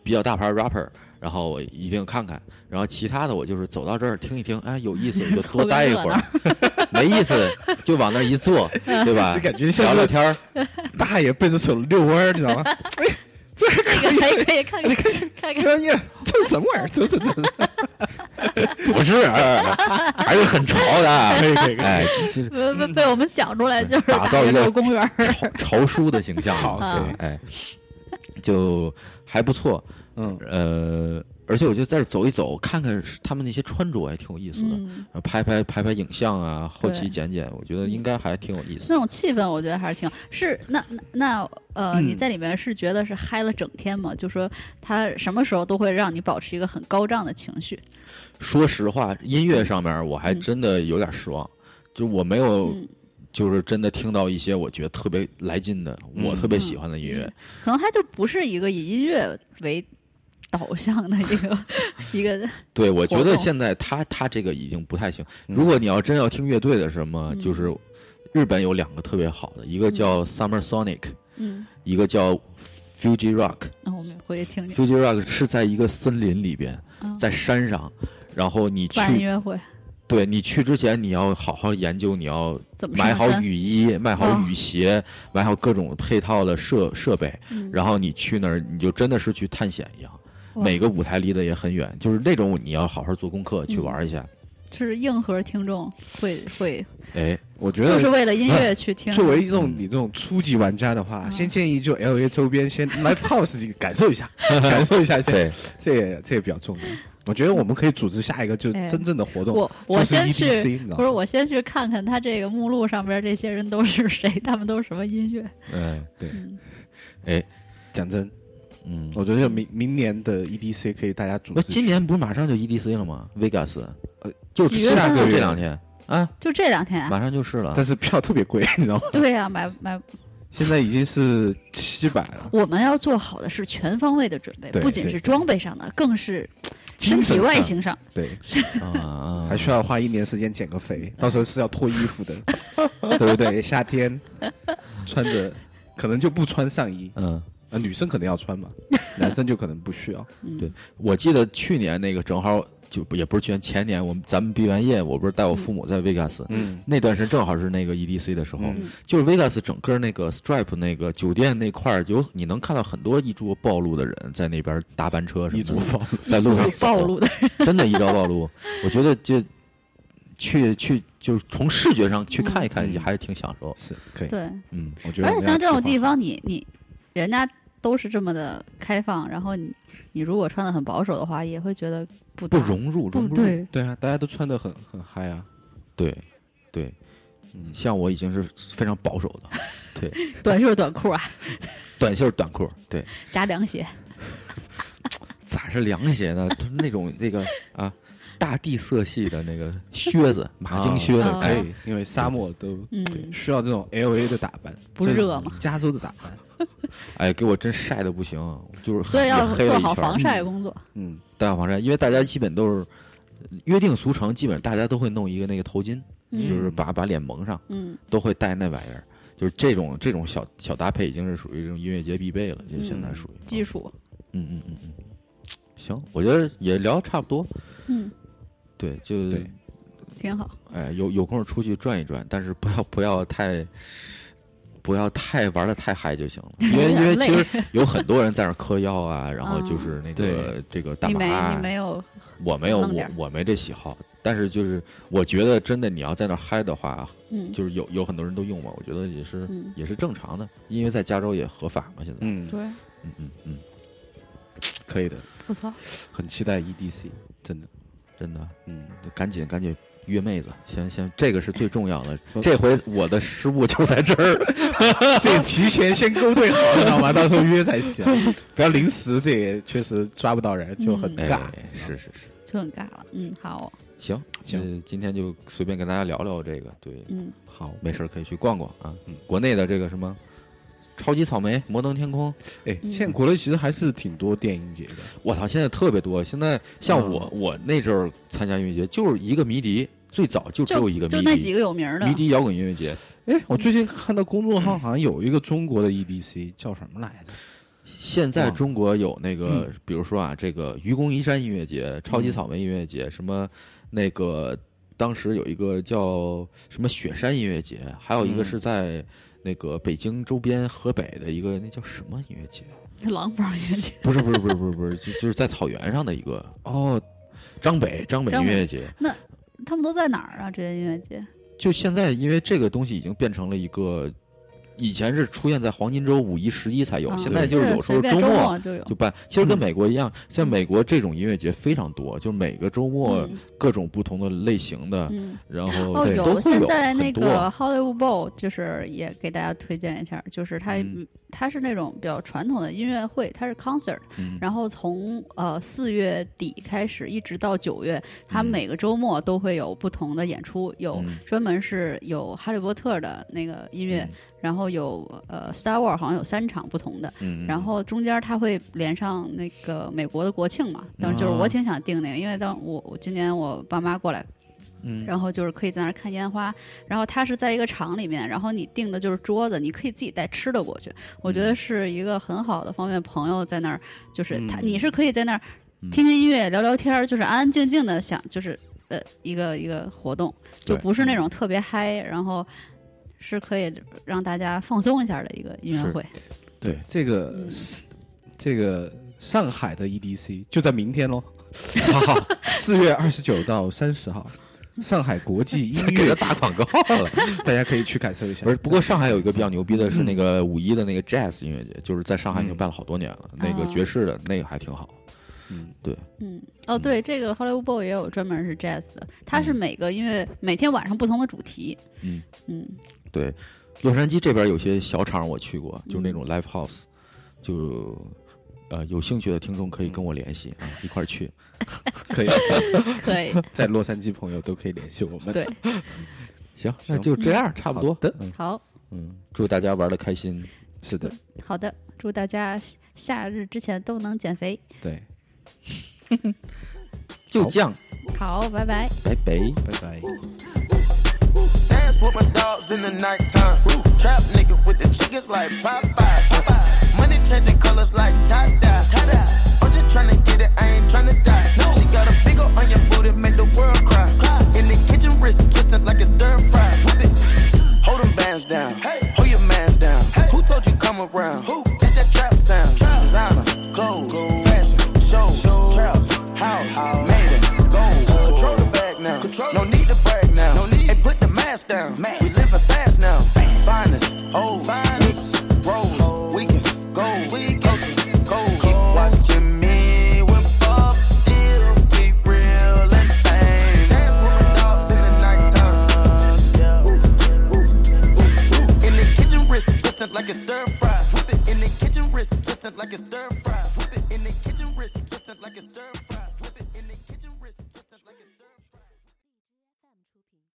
Speaker 5: 比较大牌 rapper，然后我一定看看。然后其他的我就是走到这儿听一听，哎，有
Speaker 4: *laughs*
Speaker 5: 意思就
Speaker 4: 凑
Speaker 5: 多
Speaker 4: 个
Speaker 5: 待一
Speaker 4: 热
Speaker 5: 会儿， *laughs* 没意思就往那儿一
Speaker 4: *laughs*
Speaker 5: 坐，对
Speaker 3: *laughs*
Speaker 5: 吧
Speaker 3: 这？感觉
Speaker 5: 聊
Speaker 3: 像
Speaker 5: 聊
Speaker 3: 个
Speaker 5: 天儿，
Speaker 3: 大爷背着手遛弯儿，你知道吗？
Speaker 4: 这个可以可以看看看
Speaker 5: *laughs*
Speaker 4: 看。
Speaker 3: 哎呀，这什么玩意儿？这这这，
Speaker 5: 不是， *laughs* 还是很潮
Speaker 3: *laughs*
Speaker 5: 的。
Speaker 3: 可以可以，
Speaker 5: *laughs* 哎，就是
Speaker 4: 被被被我们讲出来就是
Speaker 5: 打造一
Speaker 4: 个
Speaker 5: 个
Speaker 4: 公园儿，
Speaker 5: 潮潮叔的形象嘛，
Speaker 3: 好
Speaker 5: 对，哎，就还不错，
Speaker 3: 嗯，
Speaker 5: 呃，而且我就在这儿走一走，看看他们那些穿着，还挺有意思的。
Speaker 4: 嗯，
Speaker 5: 然后拍拍拍拍影像啊，后期
Speaker 4: 对
Speaker 5: 剪剪，我觉得应该还挺有意思
Speaker 4: 那。种气氛我觉得还是挺好。是那那那呃，
Speaker 5: 嗯
Speaker 4: 你在里面是觉得是嗨了整天吗？就说他什么时候都会让你保持一个很高涨的情绪。
Speaker 5: 说实话，音乐上面我还
Speaker 4: 嗯
Speaker 5: 真的有点失望，就我没有
Speaker 4: 嗯，
Speaker 5: 就是真的听到一些我觉得特别来劲的，
Speaker 3: 嗯
Speaker 5: 我特别喜欢的音乐。
Speaker 4: 可能他就不是一个以音乐为导向的一个 *laughs* 一个
Speaker 5: 对，我觉
Speaker 4: 活
Speaker 5: 得
Speaker 4: 动
Speaker 5: 现在他他这个已经不太行。
Speaker 3: 嗯
Speaker 5: 如果你要真要听乐队的什么，
Speaker 4: 嗯
Speaker 5: 就是日本有两个特别好的，一个叫 Summer Sonic，
Speaker 4: 嗯，
Speaker 5: 一个叫 Fuji Rock。
Speaker 4: 那我们回去听听
Speaker 5: Fuji Rock 是在一个森林里边，
Speaker 4: 嗯
Speaker 5: 在山上，然后你去
Speaker 4: 办音乐会
Speaker 5: 对你去之前，你要好好研究，你要
Speaker 4: 怎么
Speaker 5: 买
Speaker 4: 上
Speaker 5: 好
Speaker 4: 山
Speaker 5: 雨衣，买好
Speaker 4: 哦
Speaker 5: 雨鞋，买好各种配套的设设备，
Speaker 4: 嗯
Speaker 5: 然后你去那儿，你就真的是去探险一样。
Speaker 4: 哇嗯
Speaker 5: 每个舞台离得也很远，就是那种你要好好做功课去玩一下。
Speaker 4: 就是硬核听众会会，
Speaker 5: 哎，
Speaker 3: 我觉得
Speaker 4: 就是为了嗯音乐去听。
Speaker 3: 作为这种你这种初级玩家的话，先建议就 L A 周边先 Live House 感受一
Speaker 5: *laughs*
Speaker 3: 下，感受一下先，
Speaker 5: 对，
Speaker 3: 这也这也比较重要。我觉得我们可以组织下一个就是
Speaker 4: 哎
Speaker 3: 真正的活动，
Speaker 4: 我我
Speaker 3: 像
Speaker 4: 先
Speaker 3: 是 EDC，
Speaker 4: 去
Speaker 3: 你知，道
Speaker 4: 不是
Speaker 3: 吗
Speaker 4: 我先去看看他这个目录上边这些人都是谁，他们都是什么音乐。
Speaker 5: 嗯，
Speaker 3: 对，
Speaker 5: 哎，
Speaker 3: 讲真，
Speaker 5: 嗯，
Speaker 3: 我觉得明明年的 EDC 可以大家组
Speaker 5: 那
Speaker 3: 织。
Speaker 5: 今年不是马上就 EDC 了吗？Vegas，
Speaker 3: 呃
Speaker 5: 就
Speaker 4: 几月份
Speaker 5: 下
Speaker 4: 啊
Speaker 5: 就这两天啊，
Speaker 4: 就这两天啊，
Speaker 5: 马上就是了。
Speaker 3: 但是票特别贵，你知道吗？
Speaker 4: 对呀、买买，
Speaker 3: 现在已经是七百了，
Speaker 4: 我们要做好的是全方位的准备，
Speaker 3: 对
Speaker 4: 不仅
Speaker 3: 对
Speaker 4: 是装备上的，更是身
Speaker 3: 精神
Speaker 4: 体外
Speaker 3: 上
Speaker 4: 形上。
Speaker 3: 对，
Speaker 5: 啊啊，
Speaker 3: 还需要花一年时间减个肥，到时候是要脱衣服
Speaker 4: *laughs*
Speaker 3: 的，对不对？夏天穿着可能就不穿上衣，
Speaker 5: 嗯，
Speaker 3: 呃，女生可能要穿嘛，男生就可能不需
Speaker 5: *laughs*
Speaker 3: 要。
Speaker 5: 对，我记得去年那个正好就不也不是去年前年，我们咱们毕完业，我不是带我父母在 Vegas，
Speaker 3: 嗯，
Speaker 5: 那段时间正好是那个 EDC 的时候，
Speaker 3: 嗯
Speaker 5: 就是 Vegas 整个那个 Strip 那个酒店那块儿，有你能看到很多衣着暴露的人在那边搭班车什
Speaker 3: 一
Speaker 5: 么
Speaker 3: 足
Speaker 5: 的，
Speaker 3: 包，
Speaker 5: 在路上
Speaker 4: 就暴露的，
Speaker 5: 真的，一招
Speaker 3: *laughs*
Speaker 5: 暴露。我觉得就去去就是从视觉上去看一看，
Speaker 3: 嗯
Speaker 5: 也还是挺享受。
Speaker 3: 是可以。
Speaker 4: 对。
Speaker 5: 嗯，
Speaker 3: 我觉得
Speaker 4: 而
Speaker 3: 我们要
Speaker 4: 且像这种
Speaker 3: 计划
Speaker 4: 地方，你你人家都是这么的开放，然后你你如果穿的很保守的话，也会觉得不
Speaker 5: 不
Speaker 4: 搭
Speaker 5: 融入，融
Speaker 4: 不
Speaker 5: 不入。
Speaker 4: 哦对，
Speaker 3: 对啊，大家都穿的很很嗨啊，
Speaker 5: 对对，嗯，像我已经是非常保守的，
Speaker 4: 短袖短裤啊，
Speaker 5: 短袖短裤，对，
Speaker 4: 加凉鞋，
Speaker 5: 咋是凉鞋
Speaker 4: *laughs*
Speaker 5: 呢？就是那种那个啊，大地色系的那个靴子，马
Speaker 3: 哦
Speaker 5: 丁靴
Speaker 4: 啊
Speaker 5: 的，
Speaker 3: 可
Speaker 5: 哎，
Speaker 3: 以，因为沙漠都
Speaker 4: 嗯，
Speaker 3: 需要这种 L A 的打扮，
Speaker 4: 不
Speaker 3: 真的
Speaker 4: 热吗？
Speaker 3: 加州的打扮，
Speaker 5: 哎，给我真晒的不行，就是
Speaker 4: 所以要
Speaker 5: 也黑了
Speaker 4: 做
Speaker 5: 一
Speaker 4: 好
Speaker 5: 圈儿
Speaker 4: 防晒工作。
Speaker 3: 嗯，
Speaker 5: 戴好防晒，因为大家基本都是约定俗成，基本大家都会弄一个那个头巾，
Speaker 4: 嗯
Speaker 5: 就是把把脸蒙上，
Speaker 4: 嗯，
Speaker 5: 都会戴那玩意儿。就是这种这种小小搭配，已经是属于这种音乐节必备了，就现在属于
Speaker 4: 基础，
Speaker 5: 嗯嗯嗯嗯，行，我觉得也聊得差不多。
Speaker 4: 嗯，
Speaker 5: 对，就
Speaker 3: 对
Speaker 4: 挺好。
Speaker 5: 哎，有有空出去转一转，但是不要不要太不要太玩的太嗨就行了，因为因为
Speaker 4: 有点累哦
Speaker 5: 其实有很多人在那儿嗑药啊，然后就是那个
Speaker 3: 对
Speaker 5: 这个大
Speaker 4: 你
Speaker 5: 麻
Speaker 4: 没你没
Speaker 5: 啊，
Speaker 4: 有，
Speaker 5: 我没有
Speaker 4: 弄
Speaker 5: 我
Speaker 4: 点儿
Speaker 5: 我没这喜好，但是就是我觉得真的你要在那儿嗨的话，
Speaker 4: 嗯，
Speaker 5: 就是有有很多人都用嘛，我觉得也是
Speaker 4: 嗯
Speaker 5: 也是正常的，因为在加州也合法嘛，现在，
Speaker 3: *laughs* 嗯，
Speaker 4: 对，
Speaker 5: 嗯嗯嗯，
Speaker 3: 可以的，
Speaker 4: 不错，
Speaker 3: 很期待 E D C，真的，
Speaker 5: 真的，
Speaker 3: 嗯，
Speaker 5: 赶紧赶紧约妹子，先先这个是最重要的
Speaker 3: 不，
Speaker 5: 这回我的失误就在这儿。
Speaker 3: *laughs* 这提前先勾兑好，你知 *laughs* 道吗？到时候约才行，不要临时，这也确实抓不到人，就很
Speaker 4: 嗯
Speaker 3: 尬。
Speaker 5: 哎是是是，
Speaker 4: 就很尬了。嗯，好，
Speaker 5: 行
Speaker 3: 行，
Speaker 5: 呃今天就随便跟大家聊聊这个，对，
Speaker 4: 嗯，
Speaker 3: 好，
Speaker 5: 没事儿可以去逛逛啊
Speaker 3: 嗯。
Speaker 5: 国内的这个什么超级草莓、摩登天空，
Speaker 3: 哎，
Speaker 4: 嗯
Speaker 3: 现在国内其实还是挺多电影节的，
Speaker 5: 我操，现在特别多。现在像
Speaker 3: 嗯
Speaker 5: 我我那阵儿参加音乐节，就是一个迷笛，最早就只有
Speaker 4: 就
Speaker 5: 一个
Speaker 4: 就
Speaker 5: 迷
Speaker 4: 那几
Speaker 5: 笛。
Speaker 4: 个有名儿的
Speaker 5: 迷，笛摇滚音乐节
Speaker 3: 哎，我最近看到公众号好像有一个中国的 EDC，叫什么来着？
Speaker 5: 现在
Speaker 3: 嗯
Speaker 5: 中国有那个，比如说啊，这个愚公移山音乐节、超级草莓音乐节，什么那个当时有一个叫什么雪山音乐节，还有一个
Speaker 3: 嗯
Speaker 5: 是在那个北京周边河北的一个那叫什么音乐节？
Speaker 4: 廊坊音乐节，
Speaker 5: 不是不是不是不是不是，就就是在草原上的一个
Speaker 3: 哦，
Speaker 5: 张北张北
Speaker 4: 张
Speaker 5: 音
Speaker 4: 北
Speaker 5: 乐节。
Speaker 4: 他们都在哪儿啊？这些音乐节，
Speaker 5: 就现在，因为这个东西已经变成了一个，以前是出现在黄金周、五一、十一才有，
Speaker 4: 啊
Speaker 5: 现在就是有时候
Speaker 4: 随便周
Speaker 5: 末
Speaker 4: 就有
Speaker 5: 就。办。其实
Speaker 3: 嗯
Speaker 5: 跟美国一样，像美国这种音乐节非常多，就是每个周末啊
Speaker 4: 嗯
Speaker 5: 各种不同的类型的，
Speaker 4: 嗯，
Speaker 5: 然后
Speaker 4: 哦，
Speaker 5: 对都
Speaker 4: 有
Speaker 5: 会
Speaker 4: 现
Speaker 5: 有
Speaker 4: 在那
Speaker 5: 很
Speaker 4: 个
Speaker 5: 多。啊
Speaker 4: Hollywood Bowl 就是也给大家推荐一下，就是它、
Speaker 5: 嗯
Speaker 4: 它是那种比较传统的音乐会，它是 concert，、
Speaker 5: 嗯
Speaker 4: 然后从呃四月底开始一直到九月，它
Speaker 5: 嗯
Speaker 4: 每个周末都会有不同的演出，有专门是有哈利波特的那个音乐，然后有呃 Star War 好像有三场不同的，
Speaker 5: 嗯，嗯
Speaker 4: 然后中间它会连上那个美国的国庆嘛，但是
Speaker 5: 啊
Speaker 4: 就是我挺想订那个，因为当我我今年我爸妈过来。
Speaker 5: 嗯
Speaker 4: 然后就是可以在那儿看烟花，然后它是在一个场里面，然后你订的就是桌子，你可以自己带吃的过去。我
Speaker 5: 嗯
Speaker 4: 觉得是一个很好的方便朋友在那儿，就是他、
Speaker 3: 嗯
Speaker 4: 你是可以在那儿
Speaker 5: 嗯
Speaker 4: 听听音乐、聊聊天儿，就是安安静静的想，就是呃一个一个活动，就
Speaker 5: 对
Speaker 4: 不是那种特别嗨，然后是可以让大家放松一下的一个音乐
Speaker 5: 是
Speaker 4: 会。嗯
Speaker 3: 对，这个呃是这个上 E 海的 EDC 就在明天喽，四月二十九到三十号，上海国际
Speaker 5: *laughs*
Speaker 3: 音
Speaker 5: 给
Speaker 3: 乐
Speaker 5: 他，打广
Speaker 4: *laughs*
Speaker 5: 告了。
Speaker 3: 大家可以去感受一下。
Speaker 5: 不是，不过上海有一个比较牛逼的
Speaker 4: 嗯
Speaker 5: 是那个五一的那个 Jazz 音乐节，就是在上海已经办了好多年了，那个
Speaker 4: 哦
Speaker 5: 爵士的那个还挺好。
Speaker 3: 嗯，
Speaker 4: 嗯，哦，对，这个 Hollywood Bowl 也有专门是 jazz 的，它是每个音乐每天晚上不同的主题。
Speaker 5: 嗯
Speaker 4: 嗯
Speaker 5: 对，洛杉矶这边有些小厂我去过，就是
Speaker 4: 嗯
Speaker 5: 那种 live house，就呃有兴趣的听众可以跟我联系啊，一块儿去。
Speaker 3: 可以，
Speaker 4: 可以，
Speaker 3: 在洛杉矶朋友都可以联系我们。
Speaker 4: 对，
Speaker 5: 行，
Speaker 3: 行
Speaker 5: 那就这样，差不多。
Speaker 3: 好的
Speaker 5: 嗯
Speaker 4: *laughs* 好
Speaker 5: 嗯，祝大家玩的开心。
Speaker 3: 是的，
Speaker 4: 好的，祝大家夏日之前都能减肥。
Speaker 3: 对，
Speaker 5: 就这样，
Speaker 4: 好，拜拜。
Speaker 5: 拜拜。
Speaker 3: 拜拜。
Speaker 7: Dance with my dogs in the nighttime. Trap nigga with the chickens like Popeye. Money changing colors like tie dye. I'm just tryna get it, I ain't tryna die. She got a big ol' on your booty, make the world cry. In the kitchen, wrist twisted like it's stir fry. Whip it. Hold them bands down. Hold your mans down. Who told you come around? Who? That's that trap sound. Designer, clothes, fashion, shows, traps, house, made it, gold. Control the bag now. No need to brag now. No need. Hey, put the mask down. We living fast now. Finest, old, finest, rose. We can go, we go, go. Keep watching me when Bob still keep real and fame. Dance with my dogs in the nighttime. In the kitchen, wrist twisted like a stir fry. Whip it in the kitchen, wrist twisted like a stir fry. Whip it in the kitchen, wrist twisted like a stir fry.